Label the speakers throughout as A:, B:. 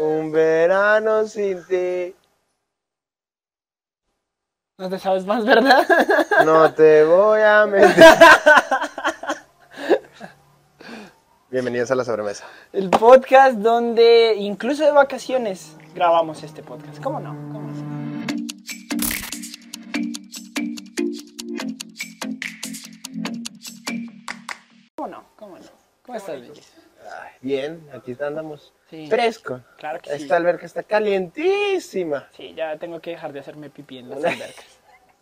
A: Un verano sin ti.
B: No te sabes más, ¿verdad?
A: No te voy a mentir. Bienvenidos a la sobremesa.
B: El podcast donde incluso de vacaciones grabamos este podcast. ¿Cómo no? ¿Cómo no? ¿Cómo no? ¿Cómo no? ¿Cómo estás, Luis?
A: Ay, bien, aquí andamos.
B: Sí.
A: Fresco.
B: Claro que sí.
A: Esta alberca está calientísima.
B: Sí, ya tengo que dejar de hacerme pipí en las albercas.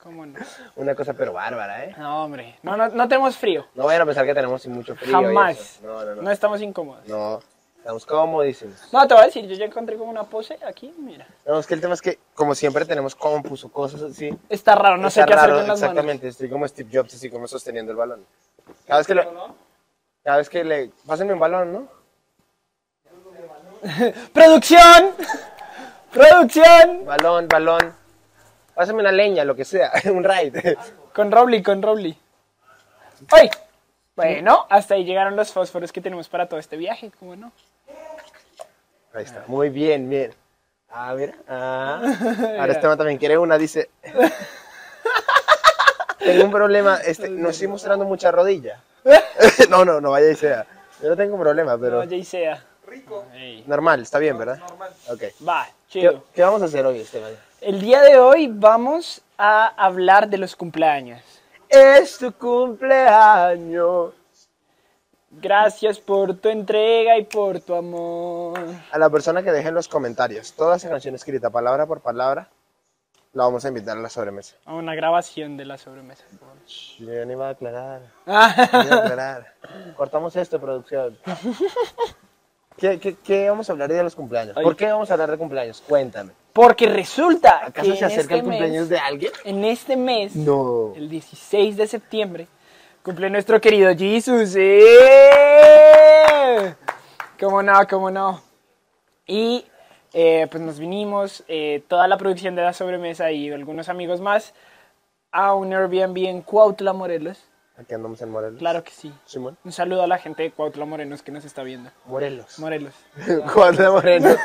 B: ¿Cómo no?
A: Una cosa pero bárbara, ¿eh?
B: No, hombre. No, no, no tenemos frío.
A: No vayan a pensar que tenemos mucho frío. y
B: Jamás.
A: eso. No, no,
B: No
A: no.
B: estamos incómodos.
A: No, estamos comodísimos.
B: No, te voy a decir, yo ya encontré como una pose aquí, mira.
A: No, es que el tema es que, como siempre, tenemos compus o cosas así.
B: Está raro, no sé
A: Está
B: qué hacer
A: raro,
B: con las manos.
A: Exactamente, estoy como Steve Jobs, así como sosteniendo el balón. Cada vez que, lo- cada vez que le... Pásenme un balón, ¿no?
B: ¡Producción! ¡Producción!
A: Balón, balón. Pásame una leña, lo que sea, un raid.
B: Con Rowley, con Rowley. ¡Ay! Bueno, hasta ahí llegaron los fósforos que tenemos para todo este viaje, ¿cómo no?
A: Ahí está, muy bien, bien. Ah, mira. Ah. Ahora
B: Mira.
A: Esteban también quiere una, dice... Tengo un problema, este, no estoy mostrando mucha rodilla. no, no, no vaya y sea. Yo no tengo un problema, pero...
B: No, ya sea. Rico.
A: Normal, está bien, ¿verdad? Normal. Ok.
B: Va,
A: ¿Qué,
B: chido.
A: qué vamos a hacer hoy, este Esteban?
B: El día de hoy vamos a hablar de los cumpleaños.
A: Es tu cumpleaños.
B: Gracias por tu entrega y por tu amor.
A: A la persona que deje en los comentarios toda esa canción escrita palabra por palabra, la vamos a invitar a la sobremesa.
B: A una grabación de la sobremesa.
A: Shh, Yo ni iba a aclarar,
B: Ah,
A: ni iba a aclarar. Cortamos esto, producción. ¿Qué, qué, qué vamos a hablar hoy de los cumpleaños?
B: Ay.
A: ¿Por qué vamos a hablar de cumpleaños? Cuéntame.
B: Porque resulta que
A: ¿Acaso
B: en
A: se acerca
B: este
A: el cumpleaños
B: mes,
A: de Mm. alguien?
B: en este mes
A: No.
B: El 16 de septiembre cumple nuestro querido Jesus. ¡Eh! ¿Cómo no? ¿Cómo no? Y eh, pues nos vinimos, eh, toda la producción de la sobremesa y algunos amigos más, a un Airbnb en Cuautla, Morelos.
A: Aquí andamos en Morelos.
B: Claro que sí.
A: Simón.
B: Un saludo a la gente de Cuautla, Morelos, que nos está viendo.
A: Morelos.
B: Morelos.
A: Juan de Morelos.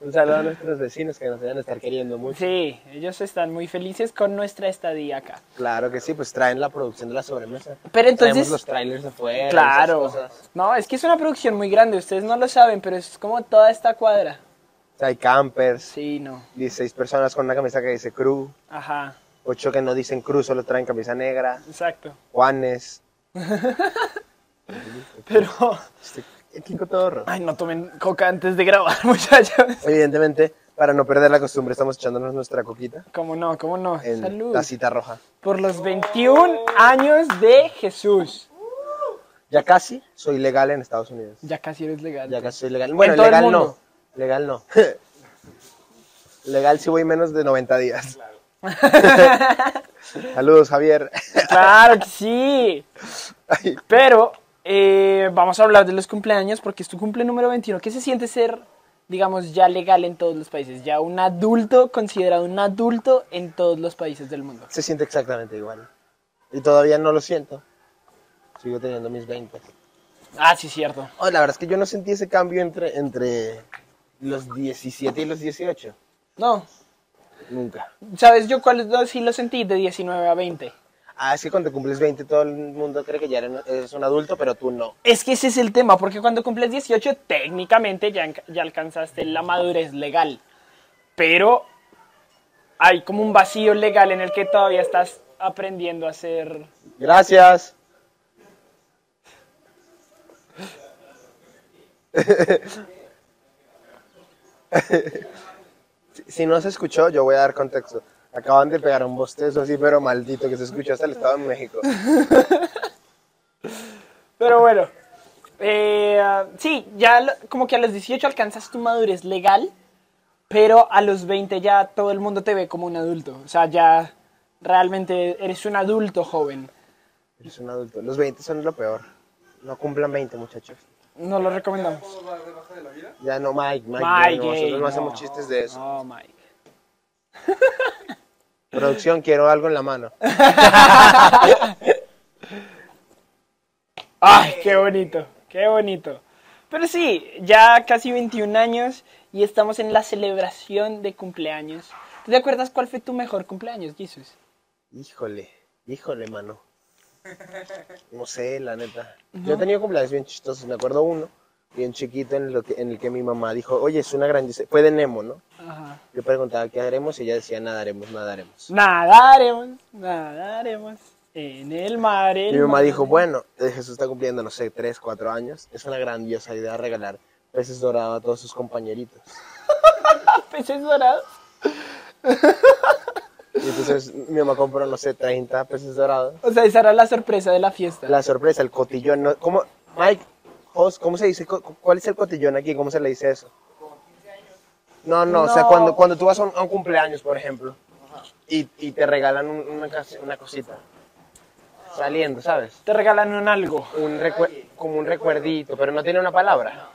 A: Un saludo a nuestros vecinos que nos deben estar queriendo mucho.
B: Sí, ellos están muy felices con nuestra estadía acá.
A: Claro que sí, pues traen la producción de la sobremesa.
B: Pero
A: Traemos
B: entonces...
A: los trailers afuera.
B: Claro.
A: esas cosas.
B: No, es que es una producción muy grande, ustedes no lo saben, pero es como toda esta cuadra.
A: O sea, hay campers,
B: Sí, no.
A: 16 personas con una camisa que dice crew,
B: Ajá,
A: 8 que no dicen crew, solo traen camisa negra,
B: exacto.
A: Juanes.
B: Pero,
A: Este, qué cotorro.
B: ay, no tomen coca antes de grabar, muchachos.
A: Evidentemente, para no perder la costumbre, estamos echándonos nuestra coquita
B: ¿Cómo no? ¿Cómo no?
A: en
B: Salud.
A: tacita roja.
B: Por los 21 años de Jesús.
A: Ya casi soy legal en Estados Unidos.
B: Ya casi eres legal.
A: Ya casi soy legal. Bueno,
B: todo el
A: legal no.
B: mundo.
A: Legal no. legal si voy menos de 90 días. Saludos, Javier.
B: Claro que sí.
A: Ay,
B: Pero eh, vamos a hablar de los cumpleaños porque es tu cumple número 21. ¿Qué se siente ser, digamos, ya legal en todos los países? Ya un adulto, considerado un adulto en todos los países del mundo.
A: se siente exactamente igual. Y todavía no lo siento. Sigo teniendo mis 20.
B: Ah, sí, cierto.
A: Oh, la verdad es que yo no sentí ese cambio entre, entre los 17 y los 18.
B: No,
A: Nunca.
B: ¿sabes yo cuál lo- sí lo sentí? De 19 a 20.
A: Ah, es que cuando cumples 20 todo el mundo cree que ya eres eres un adulto, pero tú no.
B: Es que ese es el tema, porque cuando cumples 18 técnicamente ya, enca- ya alcanzaste la madurez legal, pero hay como un vacío legal en el que todavía estás aprendiendo a ser...
A: Gracias. Si- si no se escuchó, yo voy a dar contexto. Acaban de pegar un bostezo así, pero maldito, que se escuchó hasta el Estado de México.
B: Pero bueno, eh, sí, ya lo- como que a los 18 alcanzas tu madurez legal, pero a los 20 ya todo el mundo te ve como un adulto, o sea, ya realmente eres un adulto joven.
A: Eres un adulto. Los 20 son lo peor. No cumplan 20, muchachos.
B: No lo recomendamos.
A: Ya no, Mike, Mike. ya
B: Mike,
A: no, nosotros
B: ey,
A: no,
B: no.
A: hacemos chistes de eso.
B: No, Mike.
A: Producción, quiero algo en la mano.
B: Ay, qué bonito, qué bonito. Pero sí, ya casi 21 años y estamos en la celebración de cumpleaños. ¿Tú te acuerdas cuál fue tu mejor cumpleaños, Jesus?
A: Híjole, híjole, mano. No sé, la neta. Yo he tenido cumpleaños bien chistosos. Me acuerdo uno, bien chiquito, en, lo que, en el que mi mamá dijo, oye, es una gran... Fue de Nemo, ¿no?
B: Ajá.
A: Yo preguntaba qué haremos y ella decía, nadaremos, nadaremos.
B: Nadaremos, nadaremos en el mar. el
A: Mi mamá
B: mar.
A: dijo, bueno, eh, Jesús está cumpliendo, no sé, 3, 4 años. Es una grandiosa idea regalar peces dorados a todos sus compañeritos.
B: Peces dorados.
A: Y entonces mi mamá compró, no sé, 30 peces dorados.
B: O sea, esa era la sorpresa de la fiesta.
A: La sorpresa, el cotillón. ¿no? ¿Cómo, Mike, Jos, ¿cómo se dice? co- ¿Cuál es el cotillón aquí? ¿Cómo se le dice eso? No, no, o sea,
B: No.
A: cuando, cuando tú vas a un, a un cumpleaños, por ejemplo, y, y te regalan un- una, cas- una cosita saliendo, ¿sabes?
B: Te regalan un algo.
A: Un recue- como un recuerdito, pero no tiene una palabra.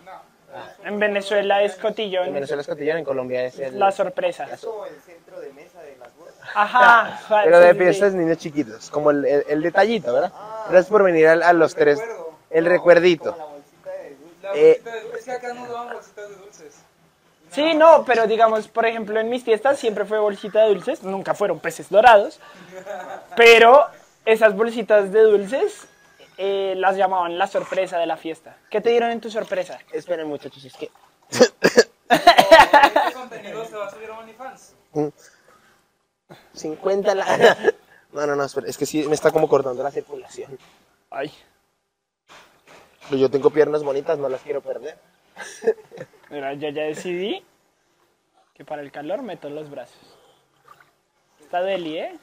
B: En Venezuela es
A: En
B: cotillón.
A: Venezuela es cotillón, en Colombia es el...
B: La sorpresa.
C: como el centro de mesa de las bodas.
B: Ajá.
A: Pero de
B: sí, sí, sí.
A: piezas niños chiquitos, como el, el- el detallito, ¿verdad? Gracias por venir a, a los tres.
C: recuerdo.
A: El recuerdito.
C: Como la bolsita de dulce.
D: La
A: Eh,
D: bolsita de dulces, es que acá no daban bolsitas de dulces.
B: Sí, no, pero digamos, por ejemplo, en mis fiestas siempre fue bolsita de dulces, nunca fueron peces dorados, pero esas bolsitas de dulces eh, las llamaban la sorpresa de la fiesta. ¿Qué te dieron en tu sorpresa?
A: Esperen muchachos, es que...
D: Este contenido se va a subir a OnlyFans.
A: 50 la... No, no, no, espera, es que sí, me está como cortando la circulación.
B: Ay,
A: Pero yo tengo piernas bonitas, no las quiero perder.
B: mira, yo ya decidí que para el calor meto los brazos. Está deli, ¿eh?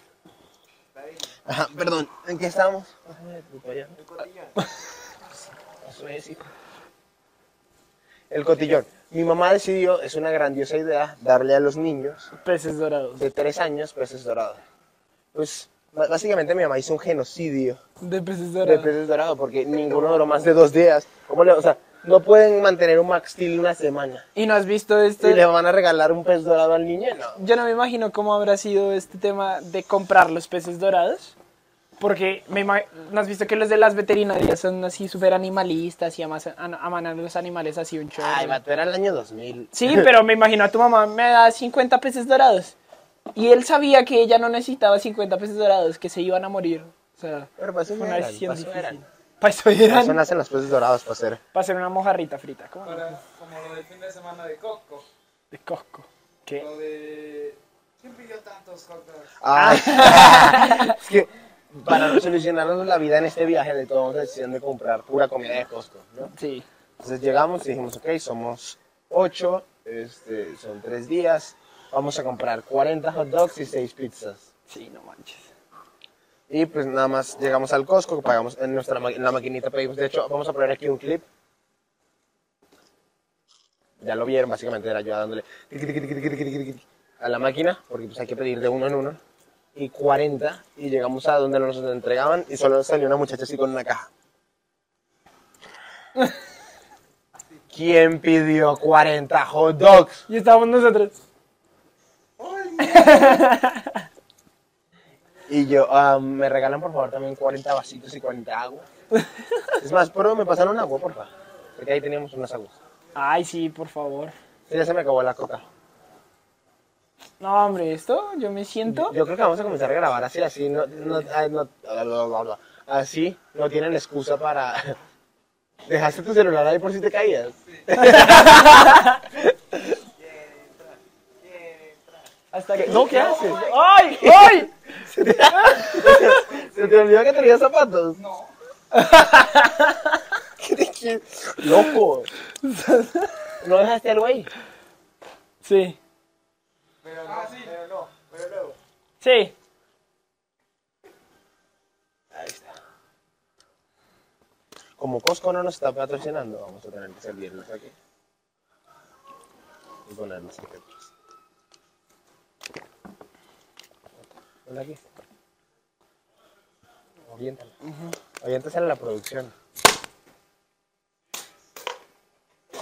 A: Ajá, perdón, ¿en qué estamos? Eso es, hijo. El cotillón. Mi mamá decidió, es una grandiosa idea, darle a los niños
B: Peces dorados.
A: de tres años peces dorados. Pues ba- básicamente mi mamá hizo un genocidio
B: De peces
A: de
B: dorados.
A: peces dorados porque ninguno duró más de dos días. ¿Cómo le, o sea, no pueden mantener un Max Steel una semana.
B: ¿Y no has visto esto?
A: ¿Y le van a regalar un pez dorado al niño? No.
B: Yo no me imagino cómo habrá sido este tema de comprar los peces dorados. Porque me ima- ¿no has visto que los de las veterinarias son así súper animalistas y amas- an- aman a los animales así un chorro?
A: Ay, vato, era el año 2000.
B: sí, pero me imagino a tu mamá me da 50 peces dorados. Y él sabía que ella no necesitaba 50 peces dorados, que se iban a morir. O sea,
A: Pero pues, para eso
B: fue
A: no
B: una
A: eran,
B: decisión
A: para eso no
B: difícil.
A: eran.
B: Para eso
A: Para eso
B: eran.
A: nacen los peces dorados, para hacer.
B: Para hacer una mojarrita frita. ¿Cómo?
D: Para, como lo del fin de semana de Coco.
B: De Costco. ¿Qué?
D: Lo de. ¿Quién pidió tantos hot dogs?
A: Ay. es que para solucionarnos la vida en este viaje de todos la decisión de comprar pura comida de Costco, ¿no?
B: Sí.
A: Entonces llegamos y dijimos, ok, somos ocho, este, son tres días, vamos a comprar 40 hot dogs y seis pizzas.
B: Sí, no manches.
A: Y pues nada más llegamos al Costco, pagamos en, nuestra, ma- en la maquinita, pedimos, de hecho, vamos a poner aquí un clip. Ya lo vieron, básicamente era yo dándole tiqui, tiqui, tiqui, tiqui, tiqui, tiqui, tiqui, a la máquina, porque pues hay que pedir de uno en uno. Y 40, y llegamos a donde nos entregaban, y solo salió una muchacha así con una caja. ¿Quién pidió 40 hot dogs?
B: Y estábamos nosotros.
A: Y yo, ah, me regalan por favor también 40 vasitos y 40 agua. Es más, pero me pasaron agua, por favor. Porque ahí teníamos unas aguas.
B: Ay, sí, por favor.
A: Sí, ya se me acabó la coca.
B: No, hombre, esto yo me siento.
A: Yo creo que vamos a comenzar a grabar así, así no, no, ah, no- bla, bla, bla, bla. así no tienen excusa para. Dejaste tu celular ahí por si te caías.
B: Hasta que...
A: No, ¿qué haces?
B: ¡Ay! ¡Ay!
A: Se te olvidó que tenías zapatos.
D: No.
A: ¿Qué te quieres? Loco. No dejaste algo ahí.
B: Sí,
C: Pero no,
D: Ah, sí.
C: pero no, pero luego.
B: sí.
A: Ahí está. Como Costco no nos está patrocinando, vamos a tener que servirnos aquí. Y ponernos aquí atrás. Ponla aquí. Oriéntala. Oriéntala a la producción.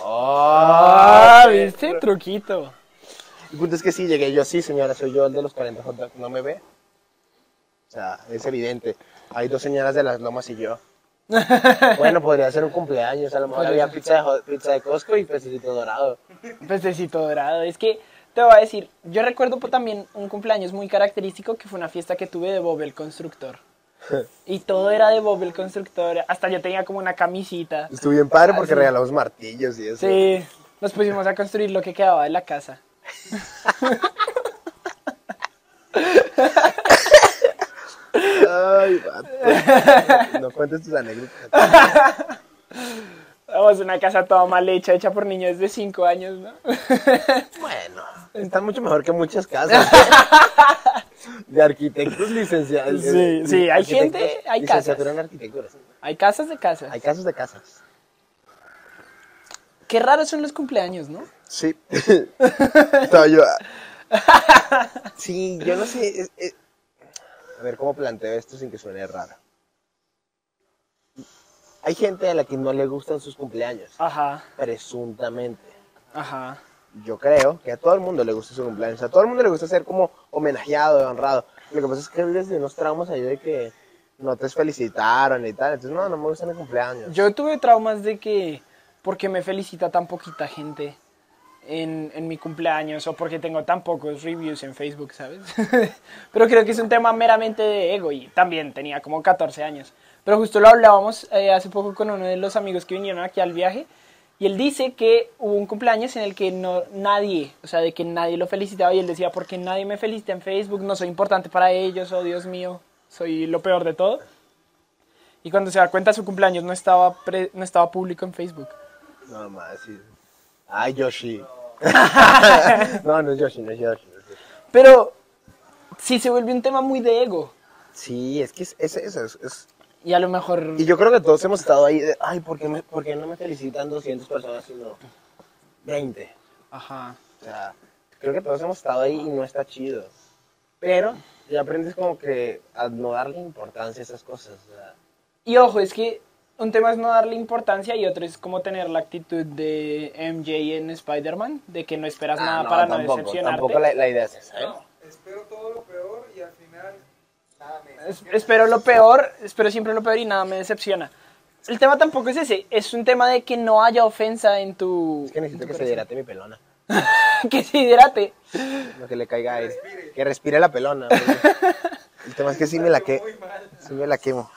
B: Ah,
A: ¡Ah!
B: ¿viste? Truquito.
A: El punto es que sí, llegué yo así, señora, soy yo el de los 40 hot dogs, ¿no me ve? O sea, es evidente. Hay dos señoras de las lomas y yo. Bueno, podría ser un cumpleaños, a lo mejor
B: Podría
A: había
B: ser.
A: pizza de, jo- pizza de Costco y pececito dorado.
B: Pececito dorado. Es que te voy a decir, yo recuerdo po- también un cumpleaños muy característico que fue una fiesta que tuve de Bob el Constructor. Y todo era de Bob el Constructor. Hasta yo tenía como una camisita.
A: Estuvo bien padre
B: Ah,
A: porque
B: sí.
A: regalamos martillos y eso.
B: Sí, nos pusimos a construir lo que quedaba de la casa.
A: Ay, vato. No cuentes tus anécdotas.
B: Vamos, una casa toda mal hecha, hecha por niños de 5 años, ¿no?
A: Bueno, están mucho mejor que muchas casas. De arquitectos licenciados.
B: Sí, sí, hay gente, hay
A: Licenciatura en arquitectura. sí.
B: Hay casas de casas.
A: Hay casos de casas.
B: Qué raros son los cumpleaños, ¿no?
A: Sí. Estaba yo. ah, Sí, yo no sé. es- es- A ver cómo planteo esto sin que suene raro. Hay gente a la que no le gustan sus cumpleaños,
B: Ajá,
A: presuntamente.
B: ajá.
A: Yo creo que a todo el mundo le gusta su cumpleaños. A todo el mundo le gusta ser como homenajeado, honrado. Lo que pasa es que desde unos traumas ahí de que no te felicitaron y tal. Entonces, no, no me gustan los cumpleaños.
B: Yo tuve traumas de que, ¿por qué me felicita tan poquita gente en, en mi cumpleaños? O porque tengo tan pocos reviews en Facebook, ¿sabes? Pero creo que es un tema meramente de ego y también tenía como 14 años. Pero justo lo hablábamos eh, hace poco con uno de los amigos que vinieron aquí al viaje y él dice que hubo un cumpleaños en el que no nadie, o sea, de que nadie lo felicitaba y él decía, porque nadie me felicita en Facebook, no soy importante para ellos, oh Dios mío, soy lo peor de todo. Y cuando se da cuenta su cumpleaños no estaba, pre- no estaba público en Facebook.
A: No, más, sí. Ay, Yoshi. no, no es Yoshi, no es Yoshi. No es Yoshi.
B: Pero sí se vuelve un tema muy de ego.
A: Sí, es que es, es eso. es- es-
B: Y a lo mejor...
A: Y yo creo que todos hemos estado ahí de, ay, ¿por qué, me- por qué no me felicitan 200 personas sino 20?
B: Ajá.
A: O sea, creo que todos hemos estado ahí y no está chido. Pero ya aprendes como que a no darle importancia a esas cosas. o sea,
B: Y ojo, es que un tema es no darle importancia y otro es como tener la actitud de MJ en Spider-Man, de que no esperas
A: ah,
B: nada
A: no,
B: para no
A: tampoco,
B: decepcionarte.
A: Tampoco la, la idea es esa, ¿eh?
D: No, espero todo lo peor y al final nada me
B: Es- espero lo peor, espero siempre lo peor y nada me decepciona. El tema tampoco es ese, es un tema de que no haya ofensa en tu...
A: Es que necesito
B: en
A: que
B: tu
A: se
B: corazón.
A: hidrate mi pelona.
B: que se hidrate.
A: Lo que le caiga es que respire la pelona. porque El tema es que sí me la, que,
D: muy mal.
A: sí me la quemo.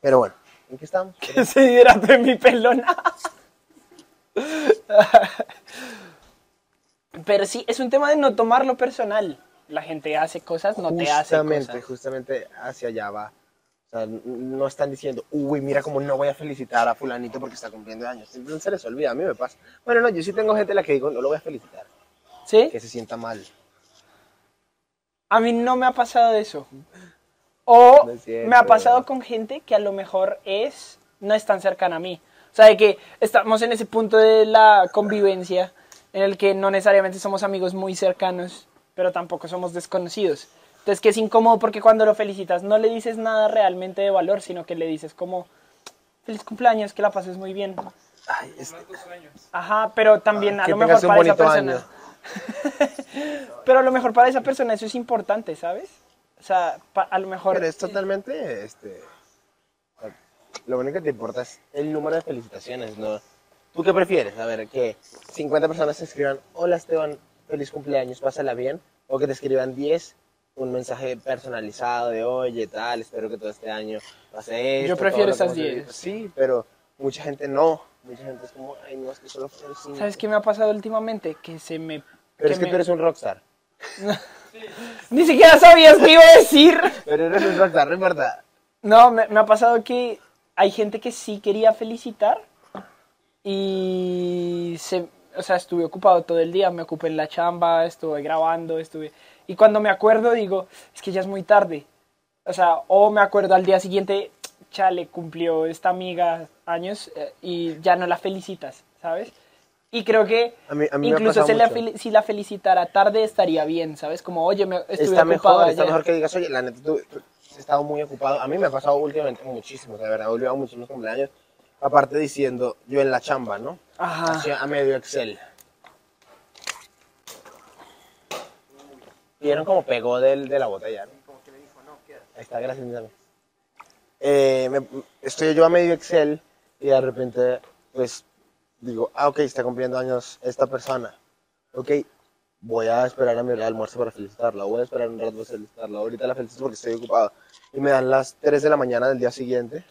A: Pero bueno, ¿en qué estamos?
B: Que se hidrate mi pelona. Pero sí, es un tema de no tomarlo personal. La gente hace cosas, no te hace
A: justamente,
B: cosas.
A: justamente hacia allá va. O sea, n- no están diciendo, uy, mira como no voy a felicitar a fulanito porque está cumpliendo años. Entonces se les olvida, a mí me pasa. Bueno, no, yo sí tengo gente a la que digo, no lo voy a felicitar,
B: ¿Sí?
A: que se sienta mal.
B: A mí no me ha pasado eso. O
A: No es cierto.
B: me ha pasado con gente que a lo mejor es, no es tan cercana a mí. O sea, de que estamos en ese punto de la convivencia en el que no necesariamente somos amigos muy cercanos, pero tampoco somos desconocidos. Entonces, que es incómodo porque cuando lo felicitas no le dices nada realmente de valor, sino que le dices como, feliz cumpleaños, que la pases muy bien.
A: Ay, es-
D: Son tus sueños.
B: Ajá, pero también a
A: Ah, que
B: lo mejor
A: tengas un
B: para esa
A: bonito
B: persona. pero a lo mejor para esa persona eso es importante, ¿sabes? O sea, pa- a lo mejor.
A: pero es totalmente, este... o sea, Lo único que te importa es el número de felicitaciones, ¿no? ¿Tú qué prefieres? A ver, que 50 personas te escriban, hola Esteban, feliz cumpleaños, pásala bien, o que te escriban 10 un mensaje personalizado de, oye, tal, espero que todo este año pase esto.
B: Yo prefiero
A: todo lo
B: esas
A: que hemos
B: 10.
A: vivido". Sí, pero mucha gente no. Mucha gente es como, ay, no, es que solo fueron cinco".
B: ¿Sabes qué me ha pasado últimamente? Que se me.
A: Pero es que
B: me-
A: tú eres un rockstar.
B: Ni siquiera sabías qué iba a decir.
A: Pero eres un rockstar, no importa.
B: No, me, me ha pasado que hay gente que sí quería felicitar y se, o sea, estuve ocupado todo el día, me ocupé en la chamba, estuve grabando, estuve... Y cuando me acuerdo digo, es que ya es muy tarde. O sea, o me acuerdo al día siguiente, chale, cumplió esta amiga años eh, y ya no la felicitas, ¿sabes? Y creo que
A: A mí- a mí me ha
B: incluso
A: pasado
B: se la
A: mucho.
B: fel- si la felicitara tarde estaría bien, ¿sabes? Como, oye, me, estuve
A: está
B: ocupado
A: mejor, está
B: ayer".
A: mejor que digas, oye, la neta, tú, tú has estado muy ocupado. A mí me ha pasado últimamente muchísimo, de verdad, he olvidado muchísimos cumpleaños. Aparte diciendo, yo en la chamba, ¿no?
B: Ajá.
A: Así a medio Excel. Vieron como pegó del, de la botella, ¿no?
C: Como que le dijo, no, quédate.
A: Ahí está, gracias, mi amigo. eh, me- estoy yo a medio Excel y de repente, pues, digo, ah, ok, está cumpliendo años esta persona. Ok, voy a esperar a mi hora de almuerzo para felicitarla, voy a esperar un rato para felicitarla. Ahorita la felicito porque estoy ocupado. Y me dan las 3 de la mañana del día siguiente.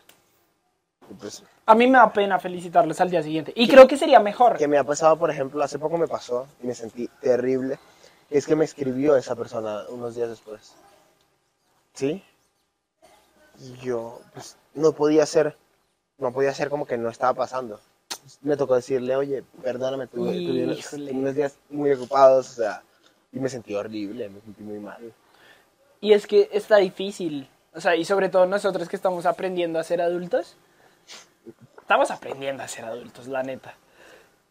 A: Y pues,
B: A mí me da pena felicitarlos al día siguiente. Y creo que sería mejor.
A: que me ha pasado, por ejemplo, hace poco me pasó y me sentí terrible, es que me escribió esa persona unos días después. ¿Sí? Y yo pues, no podía hacer, no podía hacer como que no estaba pasando. Me tocó decirle, oye, perdóname, tuve, tuve unos,
B: Híjole.
A: tengo unos días muy ocupados, o sea, y me sentí horrible, me sentí muy mal.
B: Y es que está difícil. O sea, y sobre todo nosotros que estamos aprendiendo a ser adultos. Estamos aprendiendo a ser adultos, la neta.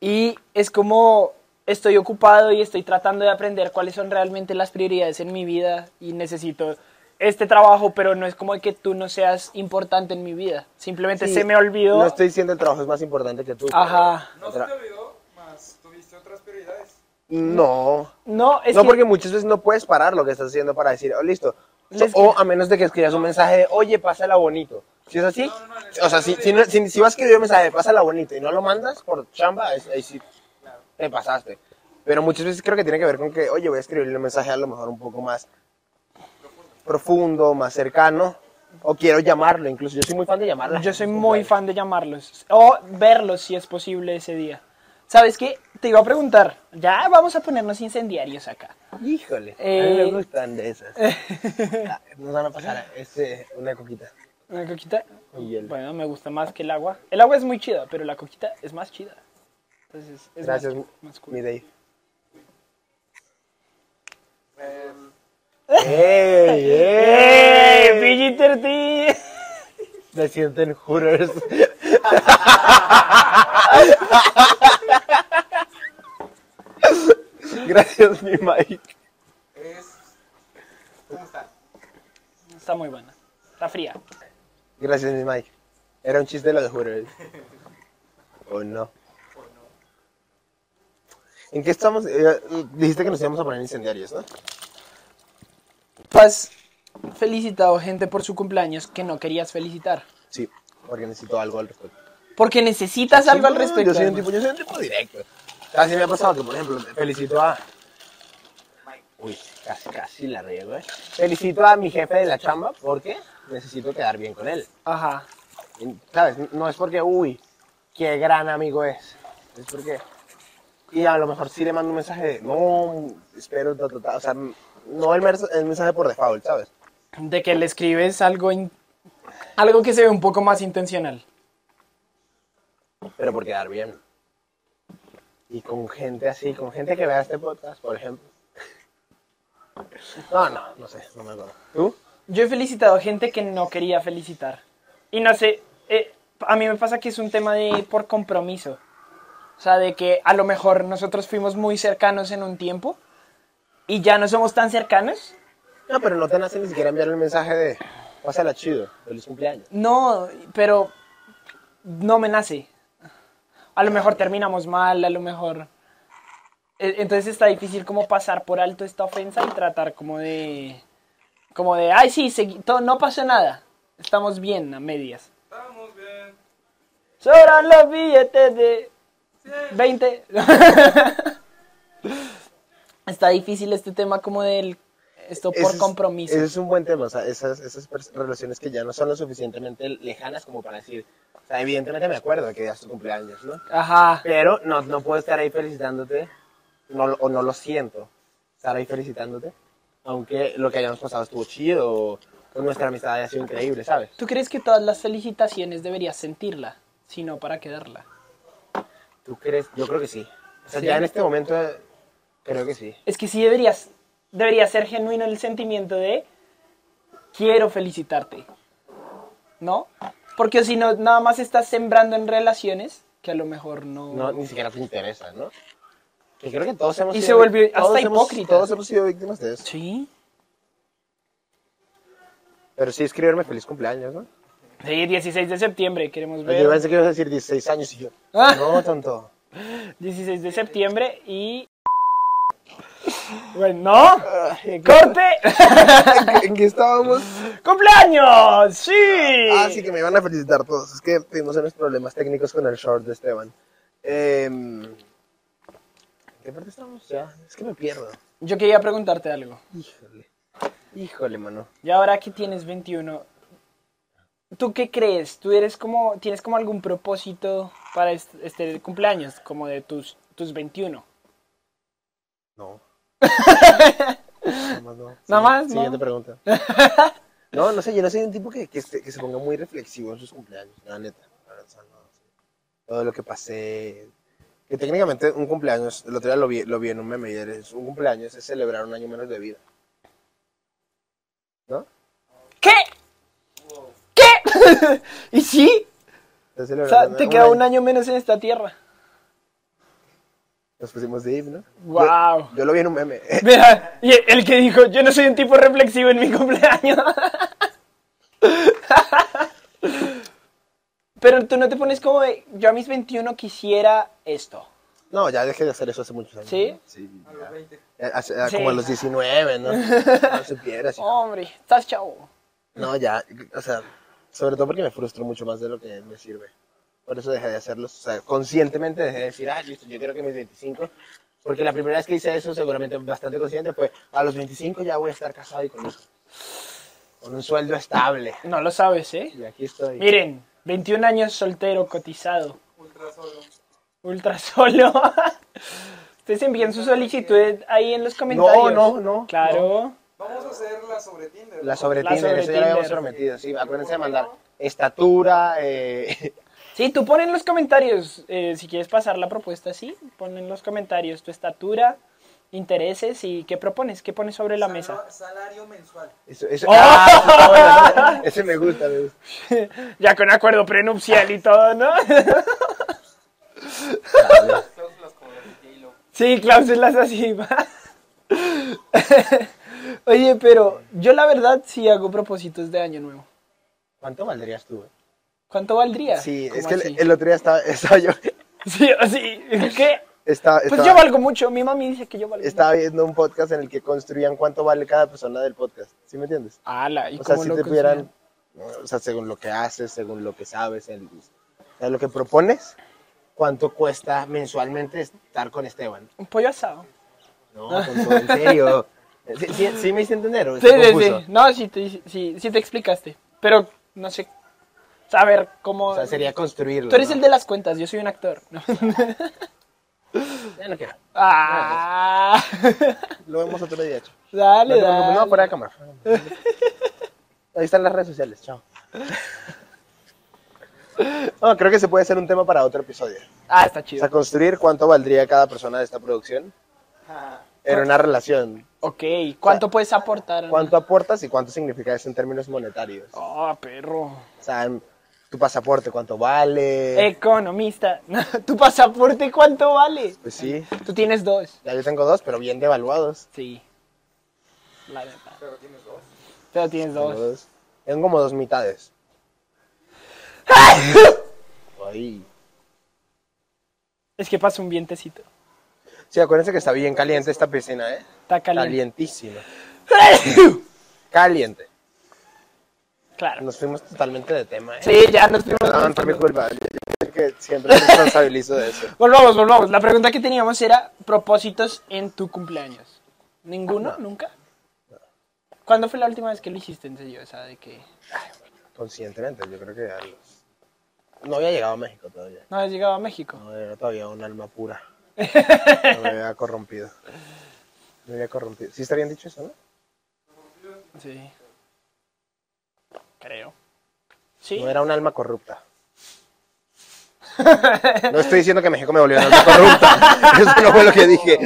B: Y es como estoy ocupado y estoy tratando de aprender cuáles son realmente las prioridades en mi vida y necesito este trabajo, pero no es como que tú no seas importante en mi vida. Simplemente
A: Sí,
B: se me olvidó.
A: No estoy diciendo el trabajo es más importante que tú.
B: Ajá.
D: No se
A: Otra-
D: te olvidó, más tuviste otras prioridades.
A: No,
B: No, es
A: no,
B: que-
A: porque muchas veces no puedes parar lo que estás haciendo para decir, oh, listo.
B: Les-
A: O a menos de que escribas un mensaje de, oye, pásala bonito. Si es así,
D: No, no, no, en el
A: o sea, si, si, no- si, si vas a escribir un mensaje, de, pásala bonito y no lo mandas por chamba, es- ahí sí te pasaste. Pero muchas veces creo que tiene que ver con que, oye, voy a escribirle un mensaje a lo mejor un poco más profundo, más cercano, o quiero llamarlo, incluso yo soy muy fan de llamarlo.
B: Yo soy muy fan de llamarlos. O verlos si es posible ese día. ¿Sabes qué? Te iba a preguntar. Ya vamos a ponernos incendiarios acá.
A: Híjole, a
B: Eh.
A: mí me gustan de esas. Ah, Nos van a pasar este, una coquita.
B: ¿Una coquita?
A: Y hielo.
B: Bueno, me gusta más que el agua. El agua es muy chida, pero la coquita es más chida. Entonces, es
A: Gracias,
B: más, más cool.
A: mi Dave.
C: Em,
A: ¡Ey,
B: ¡Eh,
A: ey!
B: PG-13!
A: Me sienten Hooters. Gracias, mi Mike.
C: es... ¿Cómo está?
B: Está muy buena. Está fría.
A: Gracias, mi Mike. Era un chiste lo de Hooters. ¿O no? ¿En qué estamos? Eh, dijiste que nos íbamos a poner incendiarios, ¿no?
B: Has Pues, felicitado gente por su cumpleaños que no querías felicitar.
A: Sí, porque necesito algo al respecto.
B: Porque necesitas algo al
A: No,
B: respecto.
A: Yo soy un
B: además.
A: tipo, yo soy un tipo directo. Casi me ha pasado que, por ejemplo, felicito a. Uy, casi, casi la riego, ¿eh? Felicito a mi jefe de la chamba porque necesito quedar bien con él.
B: Ajá.
A: Y, ¿Sabes? No es porque, uy, qué gran amigo es. Es porque. Y a lo mejor sí le mando un mensaje de, no, espero, ta, ta, ta", O sea, no el, mers- el mensaje por default, ¿sabes?
B: De que le escribes algo, in- algo que se ve un poco más intencional.
A: Pero por quedar bien. Y con gente así, con gente que vea este podcast, por ejemplo. No, no, no sé, no me acuerdo. ¿Tú?
B: Yo he felicitado a gente que no quería felicitar. Y no sé, eh, a mí me pasa que es un tema de por compromiso. O sea, de que a lo mejor nosotros fuimos muy cercanos en un tiempo y ya no somos tan cercanos.
A: No, pero no te nace ni siquiera enviar el mensaje de pásala chido, feliz cumpleaños.
B: No, pero no me nace. A lo mejor terminamos mal, a lo mejor... E- Entonces está difícil como pasar por alto esta ofensa y tratar como de... Como de, ay, sí, segui- to- no pasó nada. Estamos bien a medias.
D: Estábamos bien.
B: Sobran los billetes de 20. Está difícil este tema como del esto
A: Ese
B: por
A: es-
B: compromiso.
A: Ese es un buen tema, o sea, esas, esas pers- relaciones que ya no son lo suficientemente lejanas como para decir, o sea, evidentemente me acuerdo que ya es tu cumpleaños, ¿no?
B: Ajá.
A: Pero no, no puedo estar ahí felicitándote, no, lo- o no lo siento, estar ahí felicitándote, aunque lo que hayamos pasado estuvo chido, o nuestra amistad haya sido increíble, ¿sabes?
B: ¿Tú crees que todas las felicitaciones deberías sentirla, sino para quedarla?
A: ¿Tú crees? Yo creo que sí. O sea,
B: ¿Sí?
A: ya en este momento eh, creo que sí.
B: Es que sí deberías debería ser genuino el sentimiento de quiero felicitarte. ¿No? Porque si no nada más estás sembrando en relaciones que a lo mejor
A: No, ni siquiera te interesa, ¿no? Que creo que todos hemos
B: Y
A: sido
B: se volvió
A: vic-
B: hasta
A: todos hemos-
B: hipócrita.
A: Todos hemos sido víctimas de eso.
B: Sí.
A: Pero sí escribirme feliz cumpleaños, ¿no?
B: Sí, 16 de septiembre, queremos ver.
A: Yo pensé que ibas a decir 16 años y yo,
B: Ah.
A: no, tonto.
B: 16 de septiembre y Bueno,
A: Ah, eh,
B: corte.
A: ¿En qué estábamos?
B: ¡Cumpleaños! ¡Sí!
A: Ah, sí, que me van a felicitar todos. Es que tuvimos unos problemas técnicos con el short de Esteban. Em, ¿En ¿Qué parte estamos ya? Es que me pierdo.
B: Yo quería preguntarte algo.
A: Híjole. Híjole, mano.
B: Y ahora que tienes 21, ¿tú qué crees? ¿Tú eres como, tienes como algún propósito para est- este, cumpleaños, como de tus, tus 21?
A: No. Nada más no.
B: Nada más,
A: Siguiente
B: ¿no?
A: pregunta. No, no sé, yo no soy un tipo que, que, se, que se ponga muy reflexivo en sus cumpleaños, la neta. La verdad, o sea, no, sí. Todo lo que pasé. Que técnicamente un cumpleaños, el otro día lo vi, lo vi en un meme y eres- un cumpleaños es celebrar un año menos de vida. ¿No?
B: ¿Qué? ¿Qué? ¿Y sí?
A: Es
B: O
A: celebrar
B: sea,
A: un-
B: te
A: un
B: queda
A: año.
B: un año menos en esta tierra.
A: Nos pusimos de ¿no?
B: Wow.
A: Yo, yo lo vi en un meme.
B: Mira, y el que dijo, yo no soy un tipo reflexivo en mi cumpleaños. Pero tú no te pones como, de, yo a mis 21 quisiera esto.
A: No, ya dejé de hacer eso hace muchos años.
B: ¿Sí?
A: ¿no? Sí.
D: a los 20.
A: ya. Hace- ya
B: Sí.
A: Como a los 19, ¿no? No supieras.
B: Hombre, estás chavo.
A: No, ya, o sea, sobre todo porque me frustro mucho más de lo que me sirve. Por eso dejé de hacerlo, o sea, conscientemente dejé de decir, ah, listo, yo quiero que mis 25, porque la primera vez que hice eso, seguramente bastante consciente, fue a los 25 ya voy a estar casado y con, con un sueldo estable.
B: No lo sabes, ¿eh?
A: Y aquí estoy.
B: Miren, 21 años soltero, cotizado,
D: Ultra solo.
B: ultra solo. Ustedes envían su solicitud ahí en los
A: no,
B: comentarios.
A: no, no.
B: Claro.
D: Vamos a hacer la sobre Tinder.
A: La
D: ¿no?
A: sobre
B: La
A: Tinder,
B: sobre
A: eso ya lo habíamos
B: Tinder.
A: prometido, sí, acuérdense de mandar estatura, eh,
B: Sí, tú pon en los comentarios, eh, si quieres pasar la propuesta, sí, pon en los comentarios tu estatura, intereses y qué propones, qué pones sobre la
D: Sala-
B: mesa.
D: Salario mensual.
A: eso,
B: ¡Oh!
A: eso- ah, eso está bueno, ese- ese me gusta, me gusta.
B: Ya con acuerdo prenupcial y todo, ¿no?
C: Cláusulas como las de J-Lo.
B: Sí, cláusulas así. va. Oye, pero yo la verdad sí hago propósitos de año nuevo.
A: ¿Cuánto valdrías tú? eh?
B: ¿Cuánto valdría?
A: Sí,
B: ¿Cómo
A: es que
B: así?
A: el, el otro día estaba, estaba yo...
B: Sí, así, ¿qué?
A: Estaba,
B: Pues
A: estaba-
B: yo valgo mucho, mi mami dice que yo valgo
A: estaba viendo un podcast en el que construían cuánto vale cada persona del podcast. ¿Sí me entiendes?
B: mucho. Ala, ¿y
A: O sea,
B: cómo
A: si
B: lo
A: te
B: consideran?
A: pudieran. O sea, según lo que haces, según lo que sabes, el- o sea, lo que propones, cuánto cuesta mensualmente estar con Esteban.
B: Un pollo asado.
A: No, con todo, en serio. ¿Sí, sí, sí me hice entender? o
B: Sí,
A: estoy
B: sí,
A: confuso?
B: sí. No, sí te, sí, sí te explicaste. Pero no sé. Saber cómo.
A: O sea, sería construirlo.
B: Tú eres
A: ¿no?
B: el de las cuentas, yo soy un actor. No.
A: Ya no quiero.
B: ah.
A: Lo vemos otro día, hecho. No,
B: dale,
A: te preocupes,
B: dale.
A: no, fuera de cámara. Ahí están las redes sociales, chao. No, creo que se puede hacer un tema para otro episodio.
B: Ah, está
A: O
B: chido.
A: sea, construir cuánto valdría cada persona de esta producción en una relación.
B: Ok, ¿cuánto puedes aportar?
A: ¿Cuánto aportas y cuánto significa eso en términos monetarios? O
B: Ah, perro.
A: sea, en tu pasaporte, ¿cuánto vale?
B: Eh, Economista. ¿Tu pasaporte cuánto vale?
A: Pues sí,
B: Tú tienes dos.
A: ya yo tengo dos, pero bien devaluados.
B: Sí. La neta.
D: Pero tienes dos.
B: Pero tienes
A: Tengo,
B: dos.
A: dos. Tengo como dos mitades.
B: ¡Ah!
A: Ay.
B: Es que pasa un vientecito.
A: Sí, acuérdense que está bien caliente esta piscina, ¿eh?
B: Está caliente.
A: Calientísima. Caliente.
B: Claro.
A: Nos fuimos totalmente de tema, ¿eh?
B: Sí, ya nos fuimos.
A: Perdón, fue mi culpa. Yo- yo que siempre me responsabilizo de eso.
B: Volvamos, volvamos. La pregunta que teníamos era propósitos en tu cumpleaños. ¿Ninguno? ¿Nunca? ¿Cuándo fue la última vez que lo hiciste en serio? O sea, de que
A: Conscientemente, yo creo que ya los- No había llegado a México todavía.
B: no has llegado a México.
A: No era todavía un alma pura. No me había corrompido. Me había corrompido. ¿Sí estarían dicho eso, no?
B: Sí. Creo. Sí.
A: No era un alma corrupta. No estoy diciendo que México me volvió un alma corrupta. Eso no fue lo que dije.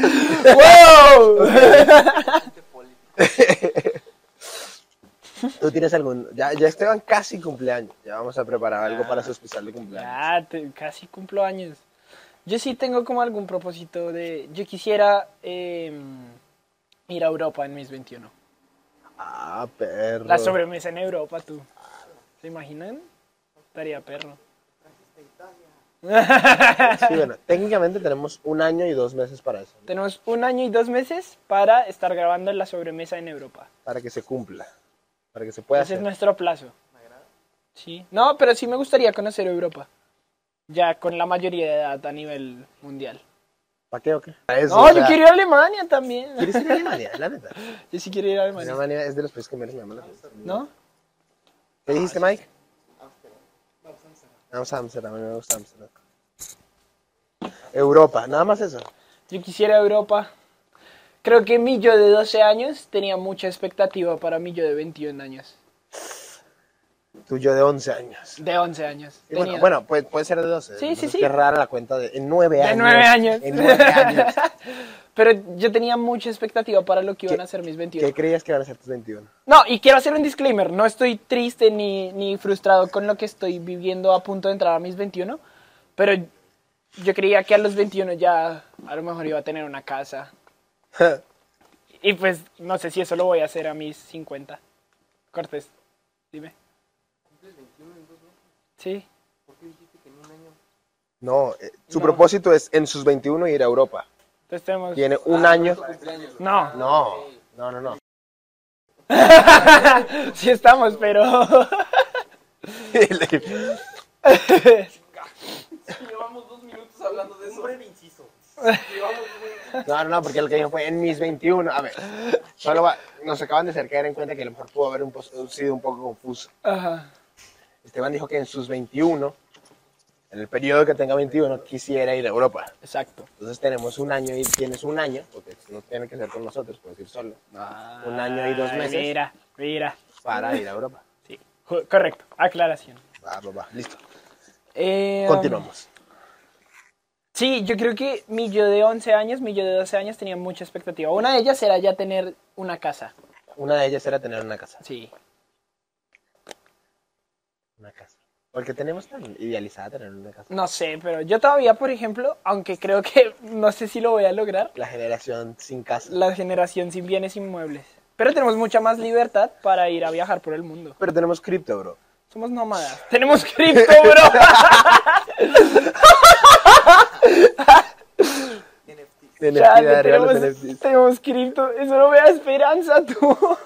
A: ¿Tú tienes algún...? Ya, ya Esteban casi cumpleaños. Ya vamos a preparar algo para su especial de cumpleaños.
B: Ah. Ya, te- casi cumplo años. Yo sí tengo como algún propósito de... Yo quisiera em, ir a Europa en mis 21.
A: Ah, perro.
B: La sobremesa en Europa, tú. ¿Se imaginan? Estaría perro.
A: Sí, bueno, técnicamente tenemos un año y dos meses para eso, ¿no?
B: Tenemos un año y dos meses para estar grabando en la sobremesa en Europa.
A: para que se cumpla, para que se pueda
B: Ese es
A: hacer.
B: nuestro plazo. Sí. No, pero sí me gustaría conocer Europa. Ya con la mayoría de edad a nivel mundial.
A: ¿Para qué o qué? Para eso,
B: No,
A: o
B: yo
A: sea,
B: quiero ir a Alemania también.
A: ¿Quieres ir a Alemania? La neta.
B: Yo sí quiero ir a Alemania.
A: Alemania es de los países que menos me llaman la atención.
B: ¿No?
A: ¿Qué dijiste, Mike? Vamos a Amsterdam, a mí me gusta Amsterdam. Europa, nada más eso.
B: Yo quisiera Europa. Creo que mi yo de 12 años tenía mucha expectativa para mi yo de 21 años.
A: Tuyo de 11 años.
B: De 11 años.
A: Y bueno,
B: Tenía-
A: bueno puede, puede ser de 12.
B: Sí, sí,
A: entonces
B: sí.
A: Qué rara la cuenta de en 9 años.
B: de 9 años.
A: En 9 años.
B: Pero yo tenía mucha expectativa para lo que iban
A: ¿Qué-
B: a ser mis 21.
A: ¿Qué creías que van a ser tus 21?
B: No, y quiero hacer un disclaimer, no estoy triste ni, ni frustrado con lo que estoy viviendo a punto de entrar a mis 21, pero yo creía que a los 21 ya a lo mejor iba a tener una casa. Y pues no sé si eso lo voy a hacer a mis 50. Cortés, dime. Sí,
A: No, eh, su
B: No.
A: propósito es en sus 21 ir a Europa.
B: entonces tenemos...
A: Tiene un
B: Ah,
A: año.
B: pues, No,
A: No, no, no, no.
B: sí estamos, pero...
C: Llevamos dos minutos hablando de eso. Hombre inciso.
A: No, no, no, porque lo que dijo fue en mis 21. A ver, solo va- nos acaban de hacer caer en cuenta que a lo mejor pudo haber un pos- sido un poco confuso.
B: Ajá.
A: Esteban dijo que en sus 21, en el periodo que tenga 21, quisiera ir a Europa.
B: Exacto.
A: Entonces tenemos un año y tienes un año, porque no tiene que ser con nosotros, puedes ir solo, Un año y dos
B: Ay,
A: meses.
B: Mira, mira.
A: para ir a Europa.
B: Sí, jo- correcto, aclaración.
A: Va, va, va, listo.
B: Eh,
A: Continuamos.
B: Sí, yo creo que mi yo de 11 años, mi yo de 12 años tenía mucha expectativa. Una de ellas era ya tener una casa.
A: Una de ellas era tener una casa.
B: Sí.
A: Una casa. Porque tenemos tan idealizada tener una casa.
B: No sé, pero yo todavía, por ejemplo, aunque creo que no sé si lo voy a lograr,
A: La generación sin casa.
B: la generación sin bienes inmuebles. Pero tenemos mucha más libertad para ir a viajar por el mundo.
A: Pero tenemos cripto, bro.
B: Somos nómadas. Tenemos cripto, bro.
A: NFT,
B: Chale,
A: arriba los
B: tenemos,
A: NFTs.
B: tenemos cripto. Eso no me da esperanza, tú.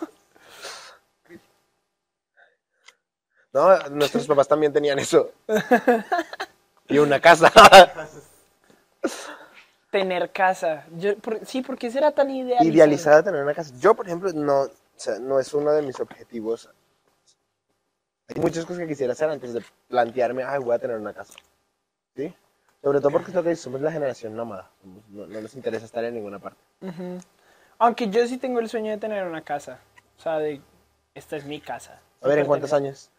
A: No, nuestros papás también tenían eso. Y una casa.
B: Tener casa. Yo, por- sí, ¿por qué será tan idealizado?
A: Idealizada tener una casa. Yo, por ejemplo, no, o sea, no es uno de mis objetivos. Hay muchas cosas que quisiera hacer antes de plantearme, ay, voy a tener una casa. ¿Sí? Sobre todo porque es lo que somos la generación nómada. Somos- No, no nos interesa estar en ninguna parte.
B: Ujú. Aunque yo sí tengo el sueño de tener una casa. O sea, de esta es mi casa.
A: A ver, ¿en cuántos años?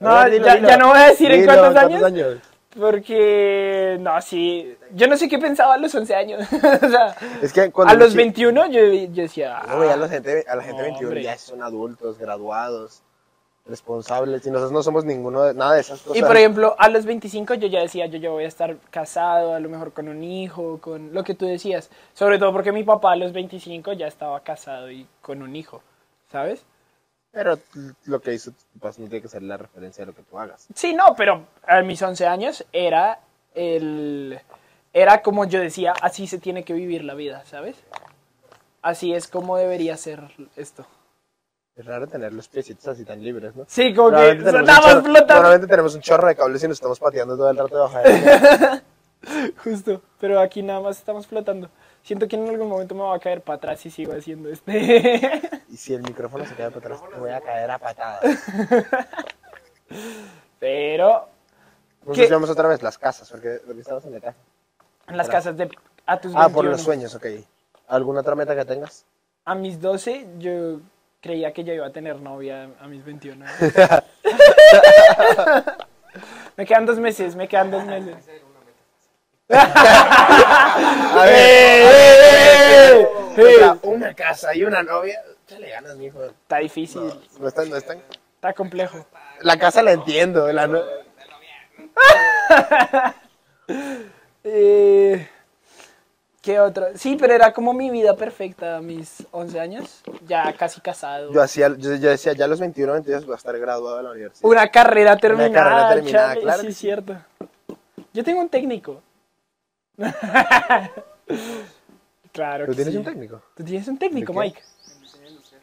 B: No,
A: A ver, dilo,
B: ya-
A: dilo.
B: ya no voy a decir en
A: Dilo,
B: cuántos años. Porque, no, sí. Yo no sé qué pensaba a los 11 años. o sea,
A: Es que cuando
B: a los
A: sí-
B: 21 yo, yo decía.
A: No, güey, a la gente, a la gente
B: No,
A: 21
B: hombre.
A: ya son adultos, graduados, responsables, y nosotros no somos ninguno de nada de esas cosas.
B: "Ah". y por ejemplo, a los 25 yo ya decía, yo ya voy a estar casado, a lo mejor con un hijo, con lo que tú decías. Sobre todo porque mi papá a los 25 ya estaba casado y con un hijo, ¿sabes?
A: Pero lo que hizo tu papá no tiene que ser la referencia de lo que tú hagas.
B: Sí, no, pero a mis 11 años era el... Era como yo decía, así se tiene que vivir la vida, ¿sabes? Así es como debería ser esto.
A: Es raro tener los piecitos así tan libres, ¿no?
B: Sí, como que
A: Normalmente tenemos, un
B: sonaba
A: chorro-
B: flotando.
A: normalmente tenemos un chorro de cables y nos estamos pateando todo el rato debajo de
B: Justo, pero aquí nada más estamos flotando. Siento que en algún momento me va a caer para atrás si sigo haciendo este.
A: Y si el micrófono se cae para atrás, te voy a caer a patadas.
B: Pero
A: Nos
B: ¿Qué?
A: vemos otra vez las casas, porque, porque estamos en la casa.
B: en las casas de... A tus
A: Ah, por los
B: 21.
A: sueños, ok. ¿Alguna otra meta que tengas?
B: A mis 12 yo creía que ya iba a tener novia a mis 21. me quedan dos meses, me quedan dos meses.
A: A ¡Eh, ver, a ver, o sea, una casa y una novia, ¿qué le ganas, mijo?
B: Está difícil,
A: No están, no están.
B: está complejo.
A: La casa la entiendo, la no-
B: Eh, ¿Qué otro? Sí, pero era como mi vida perfecta a mis 11 años, ya casi casado.
A: Yo hacía, yo, yo decía, ya a los 21, 22 voy a estar graduado de la universidad.
B: Una carrera terminada.
A: carrera terminada,
B: chale,
A: claro
B: Sí,
A: que sí.
B: cierto. Yo tengo un técnico. claro
A: ¿Tú
B: que
A: tienes
B: sí.
A: un técnico?
B: Tú tienes un técnico,
A: ¿De qué?
B: Mike.
D: en diseño industrial.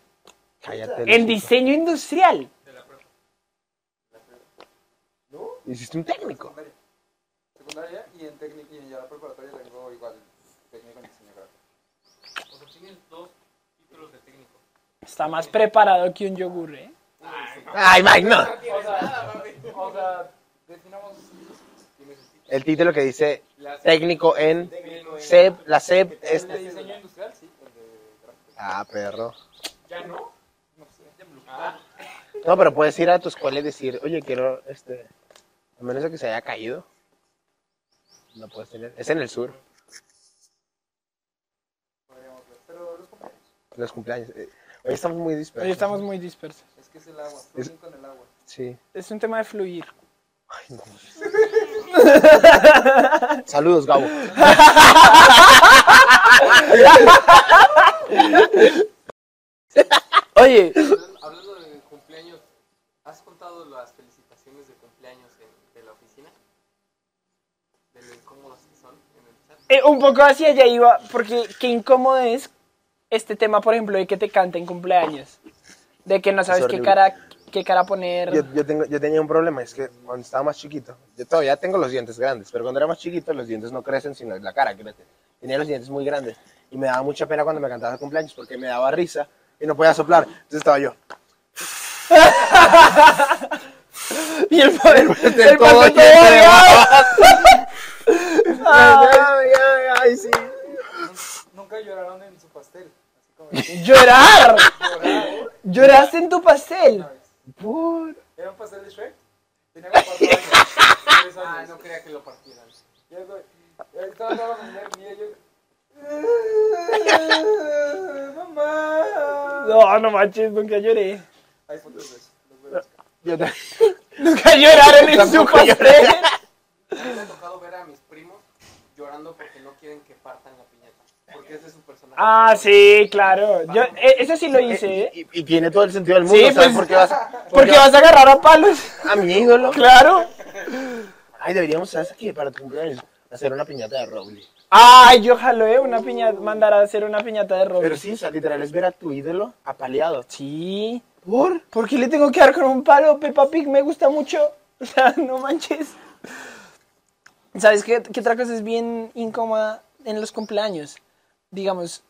A: Cállate.
B: En
A: Luisito.
B: diseño industrial.
D: De la prepa. De la prepa.
A: Hiciste un técnico.
D: Secundaria. Secundaria y en técnico y en ya la preparatoria tengo igual técnico en diseño gráfico.
C: O sea, tienes dos títulos de técnico.
B: Está más preparado que un yogur, ¿eh?
A: Ay, Mike, no.
D: O sea, o sea, definamos
A: El título que dice
D: la
A: técnico en
D: técnico en-
A: CEP, la este, CEP
D: el
A: es...
D: de diseño industrial, sí, el de gráfico.
A: Ah, perro.
C: ¿Ya no?
D: No sé.
A: No, pero puedes ir a tu escuela y decir, oye, quiero, este, a menos de que se haya caído. No puedes tener. Es en el sur,
D: Podríamos ver. Pero los compañeros.
A: los cumpleaños. Eh, Hoy estamos muy dispersos.
B: Hoy estamos muy dispersos.
D: Es que es el agua.
A: Es-
D: Fluyen con el agua.
A: Sí.
B: Es un tema de fluir.
A: Ay, no. Saludos, Gabo.
B: Oye,
C: Hablando de cumpleaños, ¿has contado las felicitaciones de cumpleaños en- de la oficina? De lo incómodas que son en el chat.
B: eh, un poco hacia allá iba, porque qué incómodo es este tema, por ejemplo, de que te canten cumpleaños. De que no sabes qué
A: horrible.
B: cara, qué cara poner.
A: Yo, yo tengo, yo tenía un problema, es que cuando estaba más chiquito, yo todavía tengo los dientes grandes, pero cuando era más chiquito los dientes no crecen, sino la cara crece. Tenía los dientes muy grandes y me daba mucha pena cuando me cantaba de cumpleaños porque me daba risa y no podía soplar. Entonces estaba yo.
B: Y el pa- el
A: "Este Todo
B: pato todo
A: lleno de
B: odiado.
A: Ay, ay, ay, sí.
D: Nunca lloraron en su pastel. Así como
B: Llorar.
D: lloraron
B: Lloraste en tu pastel.
D: una vez.
A: Por-
D: Era un pastel de Shrek. Tenía como cuatro años. Tres años.
C: Ah, no creía que lo partieran.
D: Y eso- y ahí estaba toda la familia mía y yo. ¡Mamá!
B: No, no manches, nunca lloré.
D: Hay fotos de eso. Los voy a buscar.
A: Yo te-
B: Nunca lloraron en su
A: Tampoco lloré.
B: pastel.
C: A mí me ha tocado ver a mis primos llorando porque no quieren que partan la piñata. Porque ese es su personaje.
B: Ah, sí, claro. Yo, eh, eso sí lo hice, ¿eh?
A: e, Y, y tiene todo el sentido del
B: Sí,
A: mundo. ¿sabes
B: pues.
A: por qué vas a,
B: Porque vas a agarrar a palos.
A: a mi ídolo?
B: Claro.
A: Ay, deberíamos, ¿sabes qué? Para tu cumpleaños, hacer una piñata de roble.
B: Ay, yo jalé una piñata, mandar a hacer una piñata de roble.
A: Pero sí, o sea, literal, es ver a tu ídolo apaleado.
B: Sí.
A: ¿Por?
B: ¿Por qué le tengo que dar con un palo? Peppa Pig me gusta mucho. O sea, no manches. ¿Sabes qué, qué otra cosa es bien incómoda en los cumpleaños? Digamos,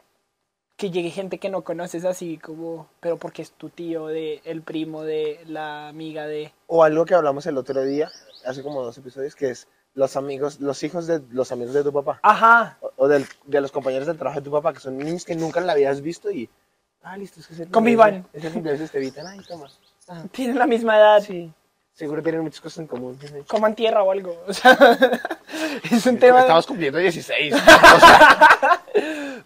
B: que llegue gente que no conoces así como, pero porque es tu tío, de, el primo, de la amiga de...
A: O algo que hablamos el otro día, hace como dos episodios, que es los amigos, los hijos de los amigos de tu papá.
B: Ajá.
A: O, o del- de los compañeros del trabajo de tu papá, que son niños que nunca en la vida has visto y... Ah, listo, es que ese
B: Convivan.
A: cumpleaños- Ese cumpleaños te evitan. Ay, toma.
B: Tienen la misma edad.
A: Ah. Sí. Seguro tienen muchas cosas en común.
B: Coman tierra o algo. O sea, es un tema...
A: Estamos cumpliendo 16.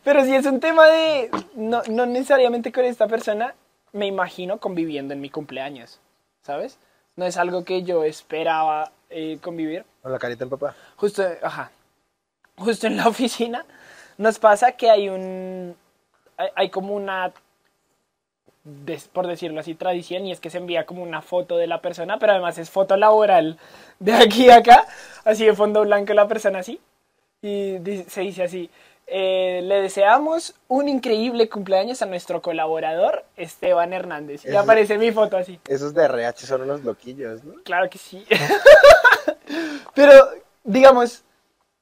B: Pero si es un tema de. No, no necesariamente con esta persona, me imagino conviviendo en mi cumpleaños. ¿Sabes? No es algo que yo esperaba eh, convivir.
A: Con la carita del papá.
B: Justo, ajá. Justo en la oficina nos pasa que hay un. Hay, hay como una. des- por decirlo así, tradición, y es que se envía como una foto de la persona, pero además es foto laboral de aquí a acá, así de fondo blanco la persona así. Y di- se dice así: eh, Le deseamos un increíble cumpleaños a nuestro colaborador Esteban Hernández. Y
A: Eso-
B: aparece mi foto así.
A: Esos de RH son unos loquillos, ¿no?
B: Claro que sí. Pero, digamos,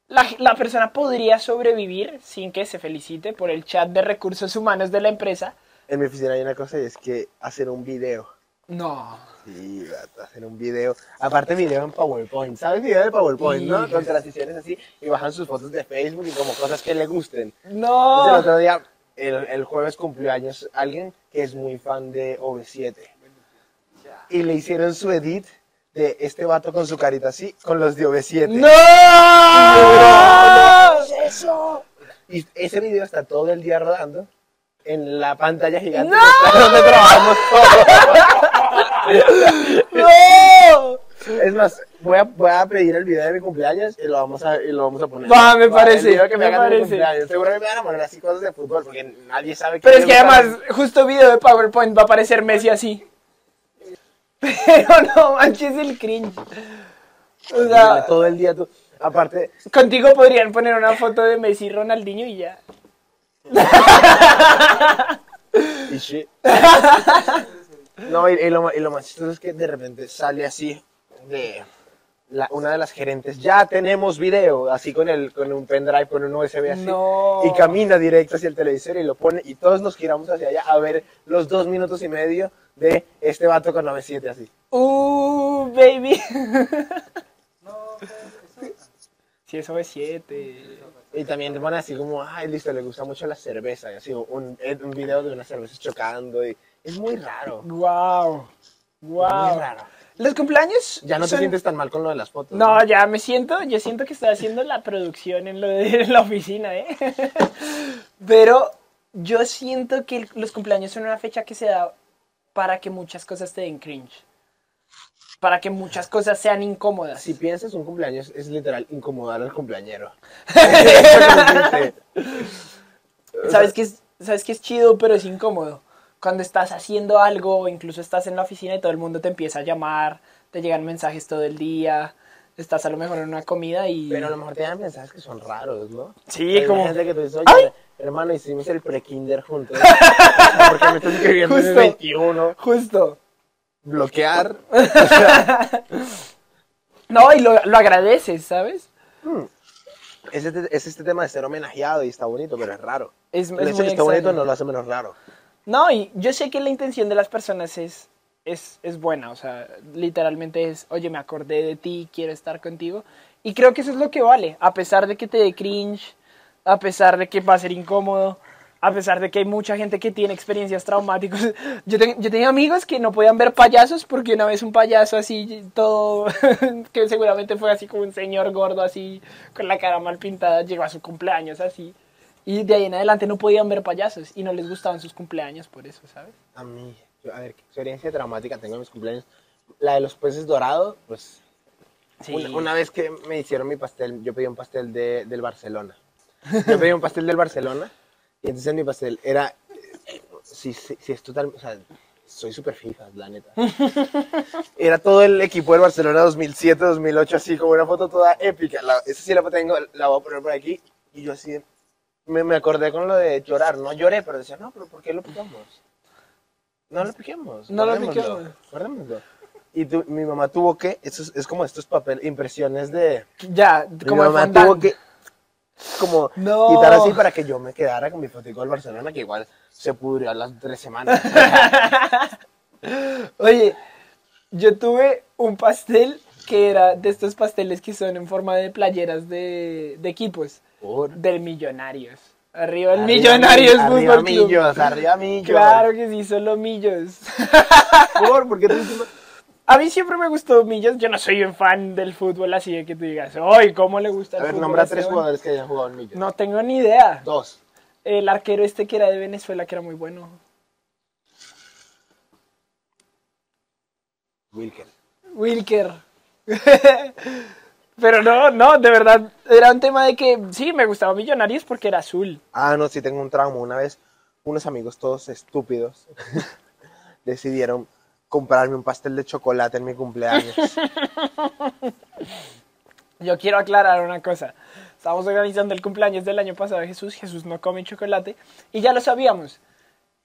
B: la, la persona podría sobrevivir sin que se felicite por el chat de recursos humanos de la empresa.
A: En mi oficina hay una cosa y es que hacer un video.
B: No.
A: Sí, vato, hacer un video. Aparte, video en PowerPoint. ¿Sabes? Video de PowerPoint, ¿no? Con transiciones así y bajan sus fotos de Facebook y como cosas que le gusten. Entonces, el
B: No.
A: otro día, el, el jueves cumplió años alguien que es muy fan de OV7. Y le hicieron su edit de este vato con su carita así, con los de OV7.
B: No.
A: eso? Y ese video está todo el día rodando en la pantalla gigante
B: ¡No!
A: que está donde trabajamos todos.
B: No.
A: Es más, voy a, voy a pedir el video de mi cumpleaños y lo vamos a, y lo vamos a poner.
B: Va, me parece,
A: El video que me,
B: me
A: hagan de mi
B: parece.
A: cumpleaños. Seguro que me van a poner así cosas de fútbol porque nadie sabe
B: Pero es
A: me
B: que
A: gusta.
B: además, justo video de PowerPoint va a aparecer Messi así. Pero no manches el cringe. O sea,
A: todo el día tú. Aparte,
B: Contigo podrían poner una foto de Messi y Ronaldinho y ya.
A: y sí. No, y, y lo, ma- y lo más chistoso es que de repente sale así de la- una de las gerentes, ya tenemos video, así con, el, con un pendrive, con un USB así.
B: No.
A: Y camina directo hacia el televisor y lo pone y todos nos giramos hacia allá a ver los dos minutos y medio de este vato con 97 así.
B: Uh, baby.
D: No, pues, eso.
B: Sí, eso es 7.
A: Y también te ponen así como, ay, listo, le gusta mucho la cerveza. Y así un, un video de unas cervezas chocando. Y es muy raro.
B: Wow.
A: Muy
B: Wow.
A: raro.
B: Los cumpleaños.
A: Ya no te
B: son-
A: sientes tan mal con lo de las fotos.
B: No, ya me siento, yo siento que estoy haciendo la producción en lo de la oficina, ¿eh? Pero yo siento que el- los cumpleaños son una fecha que se da para que muchas cosas te den cringe. Para que muchas cosas sean incómodas.
A: Si piensas un cumpleaños, es literal incomodar al cumpleañero.
B: ¿Sabes qué es, sabes qué es chido, pero es incómodo? Cuando estás haciendo algo, o incluso estás en la oficina y todo el mundo te empieza a llamar, te llegan mensajes todo el día, estás a lo mejor en una comida y...
A: Pero a lo mejor te dan mensajes que son raros, ¿no?
B: Sí,
A: Hay
B: como-
A: gente que te dice, oye, hermano, hicimos el pre-kinder juntos. ¿Por qué me estás escribiendo en el
B: Justo.
A: 21?
B: Justo.
A: Bloquear.
B: No, y lo, lo agradeces, ¿sabes?
A: Es este, es este tema de ser homenajeado y está bonito, pero es raro.
B: Es, es
A: El hecho
B: muy
A: que está
B: extraño.
A: bonito no lo hace menos raro.
B: No, y yo sé que la intención de las personas es, es, es buena, o sea, literalmente es, oye, me acordé de ti, quiero estar contigo. Y creo que eso es lo que vale, a pesar de que te dé cringe, a pesar de que va a ser incómodo, a pesar de que hay mucha gente que tiene experiencias traumáticas. Yo, te- yo tenía amigos que no podían ver payasos porque una vez un payaso así, todo, que seguramente fue así como un señor gordo, así, con la cara mal pintada, llegó a su cumpleaños así. Y de ahí en adelante no podían ver payasos y no les gustaban sus cumpleaños por eso, ¿sabes?
A: A mí, yo- a ver, qué experiencia dramática tengo en mis cumpleaños. La de los peces dorados, pues Una, una vez que me hicieron mi pastel, yo pedí un pastel de, del Barcelona. Yo pedí un pastel del Barcelona y entonces mi pastel era... eh, Si, si, si es total... O sea, soy súper fija, la neta. Era todo el equipo del Barcelona 2007-2008, así como una foto toda épica. La, esa sí la tengo, la voy a poner por aquí. Y yo así... Me, me acordé con lo de llorar. No lloré, pero decía, no, pero ¿por qué lo picamos? No lo piquemos.
B: No lo
A: guardémoslo,
B: piquemos.
A: guardémoslo. Y tu- mi mamá tuvo que, eso es, es como estos papeles, impresiones de...
B: Ya, como
A: mi
B: de
A: mamá
B: fondant.
A: tuvo que como
B: No.
A: quitar así para que yo me quedara con mi fotico del Barcelona, que igual se pudrió a las tres semanas.
B: Oye, yo tuve un pastel que era de estos pasteles que son en forma de playeras de, de equipos,
A: Por-
B: del Millonarios. Arriba el
A: Arriba
B: Millonarios
A: mi- arriba
B: Fútbol Club.
A: millos, arriba millos.
B: Claro que sí, solo Millos.
A: Por, porque tú encima-
B: A mí siempre me gustó Millos. Yo no soy un fan del fútbol así de que tú digas, ¡ay, cómo le gusta
A: A
B: el
A: ver,
B: fútbol!
A: nombra
B: a
A: tres
B: Esteban".
A: jugadores que hayan jugado en millos.
B: No tengo ni idea.
A: Dos.
B: El arquero este que era de Venezuela, que era muy bueno.
A: Wilker.
B: Wilker. Pero no, no, de verdad, era un tema de que sí, me gustaba Millonarios porque era azul.
A: Ah, no, sí tengo un trauma. Una vez, unos amigos todos estúpidos decidieron comprarme un pastel de chocolate en mi cumpleaños.
B: Yo quiero aclarar una cosa. Estábamos organizando el cumpleaños del año pasado de Jesús. Jesús no come chocolate. Y ya lo sabíamos.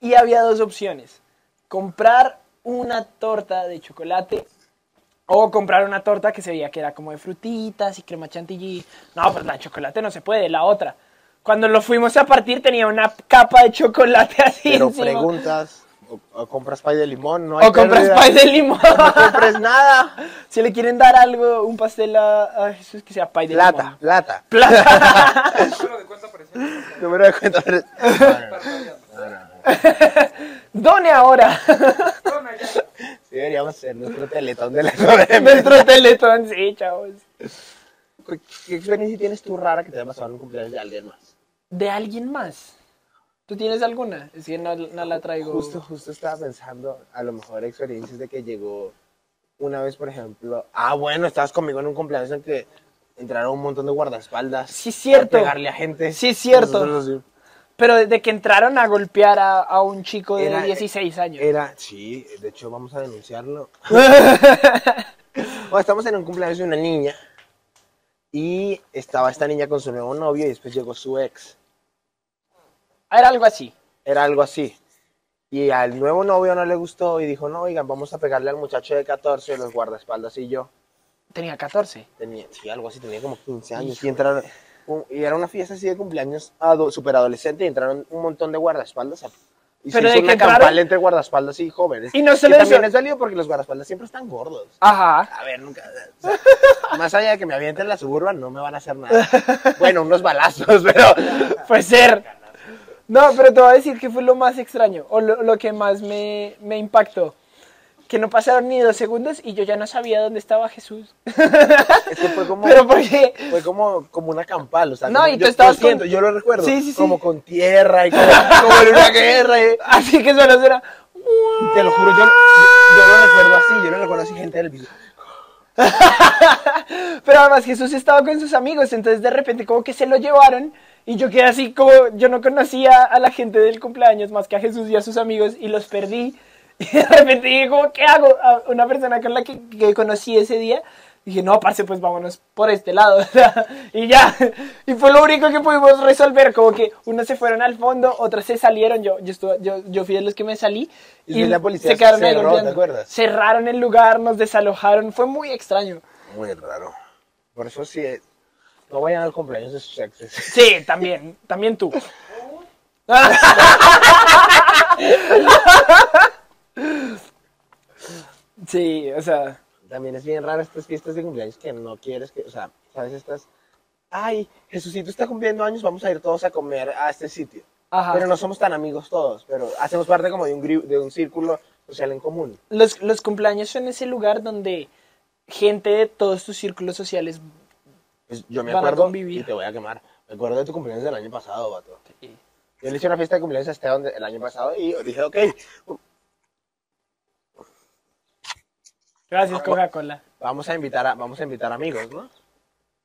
B: Y había dos opciones. Comprar una torta de chocolate o comprar una torta que se veía que era como de frutitas y crema chantilly. No, pues la de chocolate no se puede, la otra. Cuando lo fuimos a partir tenía una capa de chocolate así
A: Pero
B: encima.
A: preguntas, o, o compras pay de limón, no hay
B: o compras
A: pérdida.
B: pay de limón.
A: No compres nada.
B: si le quieren dar algo, un pastel a, a Jesús que sea pay de
A: Plata,
B: limón.
A: plata.
B: Plata.
D: El número de cuenta apareció en el
A: Número de cuenta.
D: pantalla.
B: Done ahora.
D: Bueno, ya.
A: Sí, deberíamos ser nuestro teletón de la noche.
B: Nuestro teletón, sí, chavos.
A: ¿Qué qué experiencia tienes tú rara que te haya pasado en un cumpleaños de alguien más?
B: ¿De alguien más? ¿Tú tienes alguna? Es que no, no la traigo.
A: Justo, justo estaba pensando, a lo mejor experiencias de que llegó una vez, por ejemplo. Ah, bueno, estabas conmigo en un cumpleaños en que entraron un montón de guardaespaldas.
B: Sí, cierto.
A: A pegarle a gente.
B: Sí, cierto.
A: Nosotros sí.
B: Pero desde que entraron a golpear a, a un chico de
A: Era- eh,
B: 16 años.
A: Era, sí, de hecho vamos a denunciarlo. o estamos en un cumpleaños de una niña Y estaba esta niña con su nuevo novio y después llegó su ex.
B: Ah, Era algo así.
A: Era algo así. Y al nuevo novio no le gustó y dijo, no, oigan, vamos a pegarle al muchacho de 14 de los guardaespaldas y yo.
B: Tenía 14.
A: Tenía, sí, algo así, tenía como 15 años. Y entraron, un- y era una fiesta así de cumpleaños ado- super adolescente y entraron un montón de guardaespaldas. a- y
B: Pero
A: se hizo
B: de que
A: una
B: entraron-
A: campal entre guardaespaldas y jóvenes.
B: Y no se
A: Que
B: les-
A: también es válido porque los guardaespaldas siempre están gordos.
B: Ajá.
A: A ver, nunca. o sea, más allá de que me avienten la suburban, no me van a hacer nada. Bueno, unos balazos, pero.
B: Puede ser. No, pero te voy a decir que fue lo más extraño o lo, lo que más me, me impactó. Que no pasaron ni dos segundos y yo ya no sabía dónde estaba Jesús.
A: Es que fue como.
B: Pero porque...
A: Fue como, como una campal, o sea,
B: No,
A: como-
B: y tú
A: yo, yo
B: estabas con-
A: siento, yo lo recuerdo,
B: Sí, sí, sí.
A: como con tierra y como, como en una guerra, ¿eh? y-
B: Así que solo suena...
A: te lo juro, yo, yo lo recuerdo así, yo lo recuerdo así, gente del video.
B: Pero además Jesús estaba con sus amigos, entonces de repente como que se lo llevaron y yo quedé así como yo no conocía a la gente del cumpleaños más que a Jesús y a sus amigos y los perdí. Y de repente dije como, ¿qué hago? A una persona con la que, que conocí ese día. Dije, no, parce, pues vámonos por este lado. y ya. Y fue lo único que pudimos resolver. Como que unos se fueron al fondo, otros se salieron. Yo, yo, estuve- yo, yo fui de los que me salí.
A: Y la policía cerró, ¿te
B: golpeando.
A: acuerdas?
B: Cerraron el lugar, nos desalojaron. Fue muy extraño.
A: Muy raro. Por eso sí, eh, no vayan al cumpleaños de sus exes.
B: Sí, también, también tú. Sí, o sea,
A: También es bien raro estas fiestas de cumpleaños que no quieres que, o sea, sabes estas, ay, Jesucito está cumpliendo años, vamos a ir todos a comer a este sitio.
B: Ajá.
A: Pero no somos tan amigos todos, pero hacemos parte como de un, gri- de un círculo social en común.
B: los, los cumpleaños son ese lugar donde gente de todos tus círculos sociales.
A: Pues yo me
B: Van a
A: acuerdo,
B: convivir.
A: y te voy a quemar, me acuerdo de tu cumpleaños del año pasado, vato. Yo le hice una fiesta de cumpleaños a Esteban de- el año pasado y dije, ok,
B: Gracias, Coca-Cola.
A: vamos a invitar a, vamos a invitar amigos, ¿no?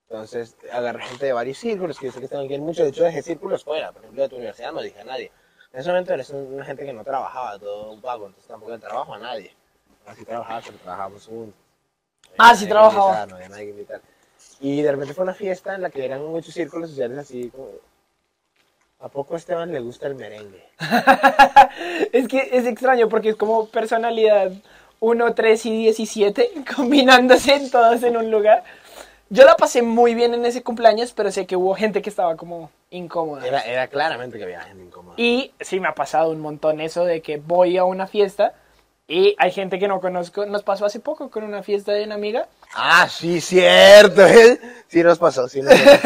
A: Entonces agarré gente de varios círculos, que yo sé que están aquí en muchos, de hecho dejé círculos fuera, por ejemplo de tu universidad no dije a nadie. En ese momento eres un- una gente que no trabajaba, todo un pago, entonces tampoco le trabajo a nadie. Así trabajaba, pues, pero trabajábamos juntos.
B: Ah,
A: No
B: sí
A: hay
B: trabajaba.
A: que invitar, no había nadie que invitar. Y de repente fue una fiesta en la que eran muchos círculos sociales así como... ¿A poco a Esteban le gusta el merengue?
B: Es que es extraño porque es como personalidad 1, 3 y 17 combinándose en todas en un lugar. Yo la pasé muy bien en ese cumpleaños, pero sé que hubo gente que estaba como incómoda.
A: Era, era claramente que había gente incómoda.
B: Y sí, me ha pasado un montón eso de que voy a una fiesta y hay gente que no conozco. Nos pasó hace poco con una fiesta de una amiga.
A: Ah, sí, cierto. ¿eh? Sí nos pasó, sí nos pasó.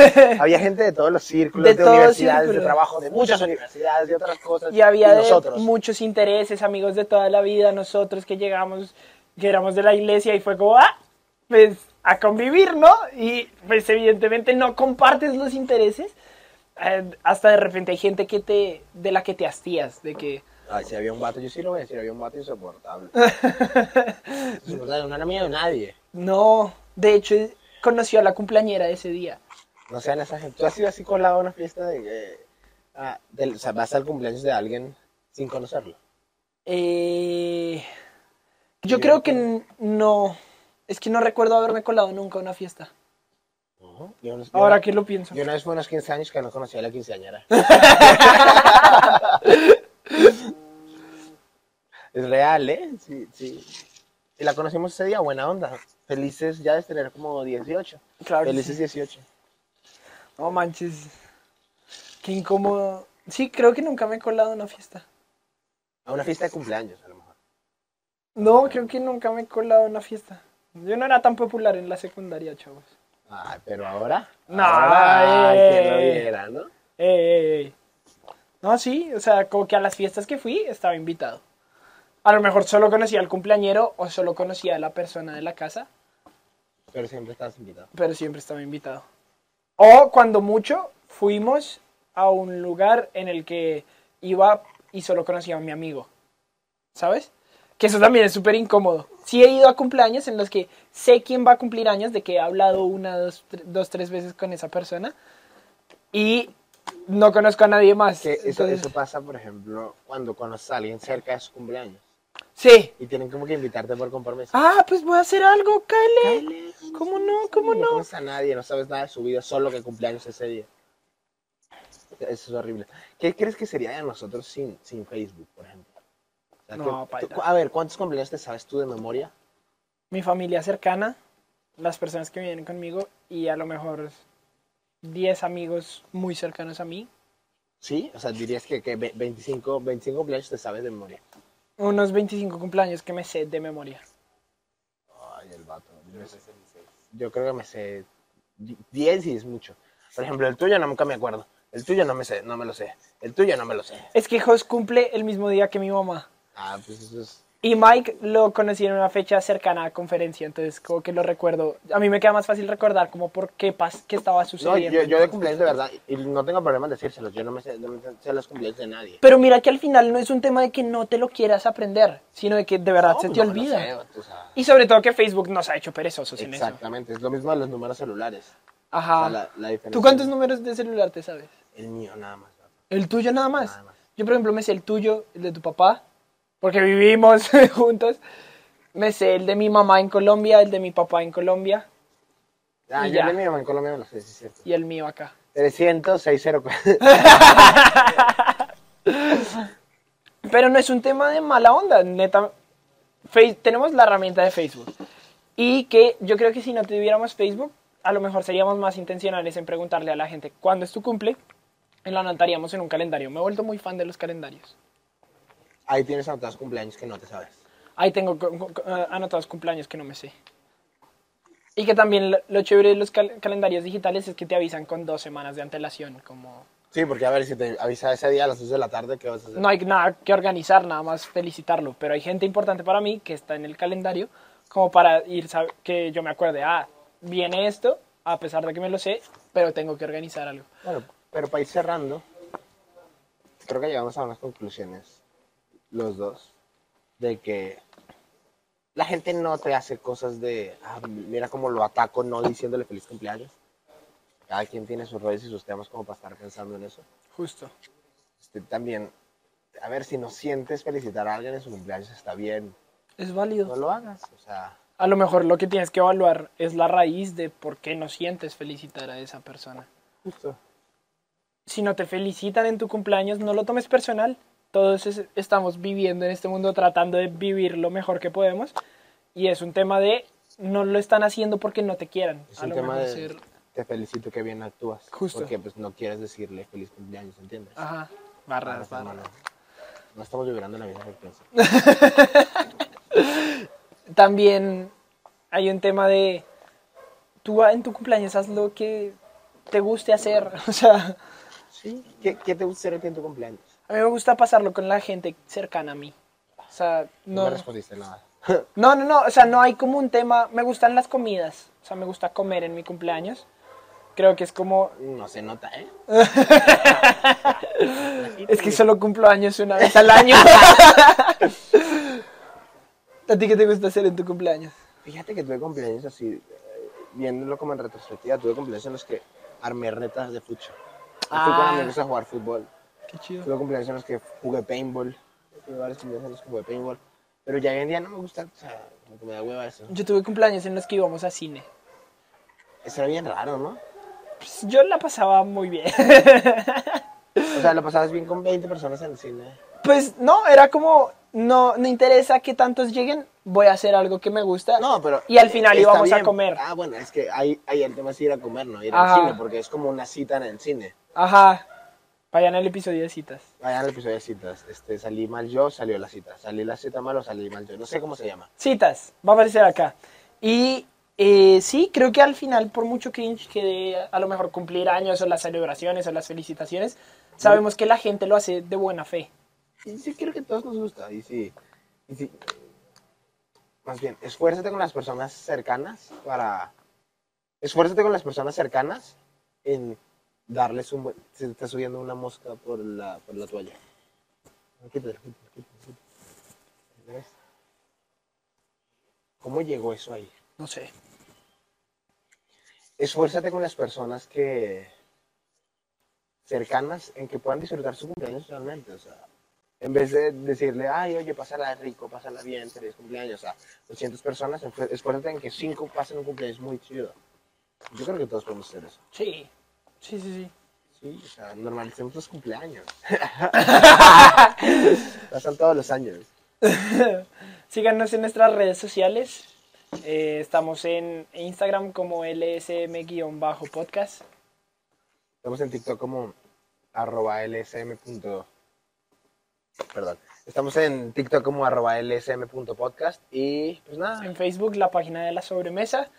A: Había gente de todos los círculos,
B: De
A: de,
B: todos
A: universidades,
B: círculos.
A: de trabajo, de muchas universidades, de otras cosas.
B: Y había de
A: nosotros.
B: muchos intereses, amigos de toda la vida, nosotros que llegamos, que éramos de la iglesia y fue como, ah, pues a convivir, ¿no? Y pues evidentemente no compartes los intereses. Eh, hasta de repente hay gente que te, de la que te hastías, de que...
A: Ay, si había un vato, yo sí lo voy a decir, había un vato insoportable. insoportable, no era mía de nadie.
B: No, de hecho conoció a la cumpleañera ese día.
A: No sean esa gente. Tú has ido así colado a una fiesta de, eh, ah, del- o sea, vas al cumpleaños de alguien sin conocerlo.
B: Eh, yo
A: Yo
B: creo
A: no
B: que n- no. Es que no recuerdo haberme colado nunca a una fiesta.
A: Yo no- yo
B: Ahora
A: no-
B: que lo pienso.
A: Yo una vez fue a unos 15 años que no conocía a la quinceañera. es real, ¿eh? Sí, sí. Y la conocimos ese día, buena onda. Felices ya de tener como 18.
B: Claro que
A: Felices
B: sí.
A: 18.
B: No manches. Qué incómodo. Sí, creo que nunca me he colado a una fiesta.
A: A una fiesta de cumpleaños, a lo mejor.
B: No, creo que nunca me he colado a una fiesta. Yo no era tan popular en la secundaria, chavos.
A: Ay, pero ahora.
B: No,
A: ahora, ay,
B: eh.
A: que lo viera, ¿no?
B: Ey, ey, ey. No, sí, o sea, como que a las fiestas que fui estaba invitado. A lo mejor solo conocía al cumpleañero o solo conocía a la persona de la casa,
A: Pero siempre estás invitado.
B: pero siempre estaba invitado. O cuando mucho fuimos a un lugar en el que iba y solo conocía a mi amigo. ¿Sabes? Que eso también es súper incómodo. Sí he ido a cumpleaños en los que sé quién va a cumplir años, de que he hablado una, dos, tre- dos tres veces con esa persona y no conozco a nadie más.
A: Que eso,
B: Entonces-
A: eso pasa, por ejemplo, cuando conoces a alguien cerca de su cumpleaños.
B: Sí.
A: Y tienen como que invitarte por compromiso.
B: Ah, pues voy a hacer algo, Kyle. ¿Cómo no? ¿Cómo
A: No
B: no?
A: conoces a nadie, no sabes nada de su vida, solo que cumpleaños ese día. Eso es horrible. ¿Qué crees que sería de nosotros sin, sin Facebook, por ejemplo? O sea,
B: No,
A: que- tú-
B: paila.
A: a ver, ¿cuántos cumpleaños te sabes tú de memoria?
B: Mi familia cercana, las personas que vienen conmigo y a lo mejor 10 amigos muy cercanos a mí.
A: ¿Sí? O sea, dirías que, que ve- 25, 25 cumpleaños te sabes de memoria.
B: Unos 25 cumpleaños que me sé de memoria.
A: Ay, el vato. Yo,
C: Pues en mis seis.
A: yo creo que me sé di- 10 y es mucho. Por ejemplo, el tuyo no, nunca me acuerdo. El tuyo no me, sé, no me lo sé. El tuyo no me lo sé.
B: Es que Jos cumple el mismo día que mi mamá.
A: Ah, pues eso es...
B: Y Mike lo conocí en una fecha cercana a conferencia, entonces como que lo recuerdo. A mí me queda más fácil recordar como por qué, pas qué estaba
A: No,
B: sucediendo.
A: yo, yo de cumpleaños de
B: pues,
A: verdad, y no tengo problema en decírselos, yo no me sé, no me sé los cumpleaños de nadie.
B: Pero mira que al final no es un tema de que no te lo quieras aprender, sino de que de verdad
A: No, pues
B: se te
A: no me lo
B: olvida.
A: sé, o sea,
B: Y sobre todo que Facebook nos ha hecho perezosos en eso.
A: exactamente, es lo mismo de los números celulares.
B: Ajá.
A: O sea, la- la diferencia-
B: ¿Tú cuántos números de celular te sabes?
A: El mío nada más. ¿no?
B: El tuyo nada más.
A: Nada más.
B: Yo, por ejemplo, me sé el tuyo, el de tu papá, porque vivimos juntos. Me sé el de mi mamá en Colombia, el de mi papá en Colombia
A: Ah,
B: Y
A: yo
B: ya.
A: el mío en Colombia me lo sé, sí, es cierto.
B: y el mío acá.
A: 300, 604.
B: Pero no es un tema de mala onda, neta. Face- tenemos la herramienta de Facebook. Y que yo creo que si no tuviéramos Facebook, a lo mejor seríamos más intencionales en preguntarle a la gente cuándo es tu cumple y lo anotaríamos en un calendario. Me he vuelto muy fan de los calendarios.
A: Ahí tienes anotados cumpleaños que no te sabes.
B: Ahí tengo co- co- co- eh, anotados cumpleaños que no me sé. Y que también lo, lo chévere de los cal- calendarios digitales es que te avisan con dos semanas de antelación. Como
A: Sí, porque a ver, si te avisa ese día a las 2 de la tarde, ¿qué vas a hacer?
B: no hay nada que organizar, nada más felicitarlo. Pero hay gente importante para mí que está en el calendario como para ir sab- que yo me acuerde, ah, viene esto, a pesar de que me lo sé, pero tengo que organizar algo.
A: Bueno, pero para ir cerrando, creo que llegamos a unas conclusiones, los dos, de que la gente no te hace cosas de, "Ah, mira cómo lo ataco no diciéndole feliz cumpleaños. Cada quien tiene sus redes y sus temas como para estar pensando en eso.
B: Justo.
A: Este, también, a ver, si no sientes felicitar a alguien en su cumpleaños, está bien,
B: Es
A: no
B: válido.
A: lo hagas. O sea,
B: A lo mejor lo que tienes que evaluar es la raíz de por qué no sientes felicitar a esa persona.
A: justo.
B: si no te felicitan en tu cumpleaños, no lo tomes personal. Todos es- estamos viviendo en este mundo tratando de vivir lo mejor que podemos. Y es un tema de no lo están haciendo porque no te quieran.
A: Es
B: A
A: un
B: lo
A: tema
B: mejor
A: de,
B: ser-
A: te felicito que bien actúas.
B: Justo.
A: Porque pues no quieres decirle feliz cumpleaños, ¿entiendes?
B: Ajá.
A: Para
B: Barras,
A: esta
B: barras.
A: semana. No estamos vibrando en la misma frecuencia.
B: También hay un tema de. Tú en tu cumpleaños haz lo que te guste hacer. O sea,
A: Sí. ¿Qué, qué te gustaría que en tu cumpleaños?
B: a mí me gusta pasarlo con la gente cercana a mí. O sea,
A: No,
B: no.
A: me respondiste nada.
B: No, no, no, o sea, no hay como un tema, me gustan las comidas, o sea, me gusta comer en mi cumpleaños. Creo que es como,
A: No se nota, ¿eh?
B: es que solo cumplo años una vez al año. ¿A ti qué te gusta hacer en tu cumpleaños?
A: Fíjate que tuve cumpleaños así, eh, viéndolo como en retrospectiva, tuve cumpleaños en los que armé retas de fucho. Me Fui con
B: Ah.
A: amigos a jugar fútbol.
B: Qué chido.
A: Tuve cumpleaños en los que jugué paintball. Tuve varios cumpleaños en los que jugué paintball. Pero ya hoy en día no me gusta, o sea, como que me da hueva eso.
B: Yo tuve cumpleaños en los que íbamos a cine.
A: Eso era bien raro, ¿no?
B: Pues, yo la pasaba muy bien.
A: O sea, lo pasabas bien con 20 personas en el cine.
B: Pues no, era como, no, no interesa que tantos lleguen, voy a hacer algo que me gusta.
A: No, pero.
B: Y al final
A: está
B: íbamos a
A: bien.
B: comer.
A: Ah, bueno, es que ahí, ahí el tema es ir a comer, no ir
B: Ajá.
A: al cine, porque es como una cita en el cine.
B: Ajá, vayan al episodio de citas.
A: Allá en el episodio de citas. Este, salí mal yo, salió la cita. Salí la cita mal o salí mal yo. No sé cómo se llama.
B: citas, va a aparecer acá. Y eh, sí, creo que al final, por mucho cringe que dé a lo mejor cumplir años o las celebraciones o las felicitaciones, sabemos que la gente lo hace de buena fe.
A: Y sí, creo que a todos nos gusta. Y sí, y sí. Más bien, esfuérzate con las personas cercanas para. Esfuérzate con las personas cercanas en darles un buen. Se está subiendo una mosca por la, por la toalla. Quítala, quítala, quítala, quítala. ¿La ves? ¿Cómo llegó eso ahí?
B: No sé.
A: esfuérzate con las personas que cercanas en que puedan disfrutar su cumpleaños realmente. O sea, En vez de decirle, ay, oye, pásala rico, pásala bien, feliz cumpleaños a 200 personas, esfu- esfuérzate en que 5 pasen un cumpleaños muy chido. Yo creo que todos podemos hacer eso.
B: Sí, sí, sí, sí.
A: Sí, o sea, normalicemos los cumpleaños. Pasan todos los años.
B: Síganos en nuestras redes sociales. Eh, estamos en Instagram como LSM-podcast.
A: Estamos en TikTok como arroba lsm. punto- Perdón. Estamos en TikTok como arroba lsm.podcast y pues nada,
B: En Facebook, la página de la sobremesa.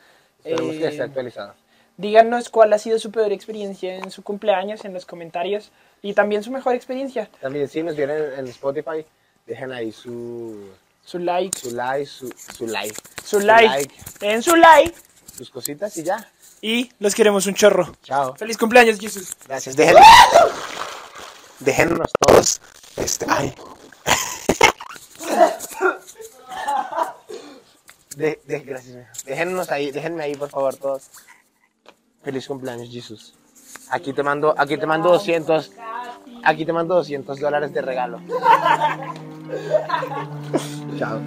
A: esperemos que
B: Eh,
A: esté actualizado.
B: Díganos cuál ha sido su peor experiencia en su cumpleaños en los comentarios y también su mejor experiencia.
A: También si nos vieron en Spotify, dejen ahí su,
B: Su like,
A: su like, su, su like,
B: su like, en su like
A: sus cositas y ya.
B: y los queremos un chorro.
A: Chao.
B: Feliz cumpleaños, Jesús.
A: Gracias. Dejen, déjennos todos. Este, ay. De, de- gracias. mijo. Déjennos ahí, déjenme ahí, por favor, todos. Feliz cumpleaños, Jesús. Aquí te mando, aquí te mando 200. Aquí te mando 200 dólares de regalo. Chao.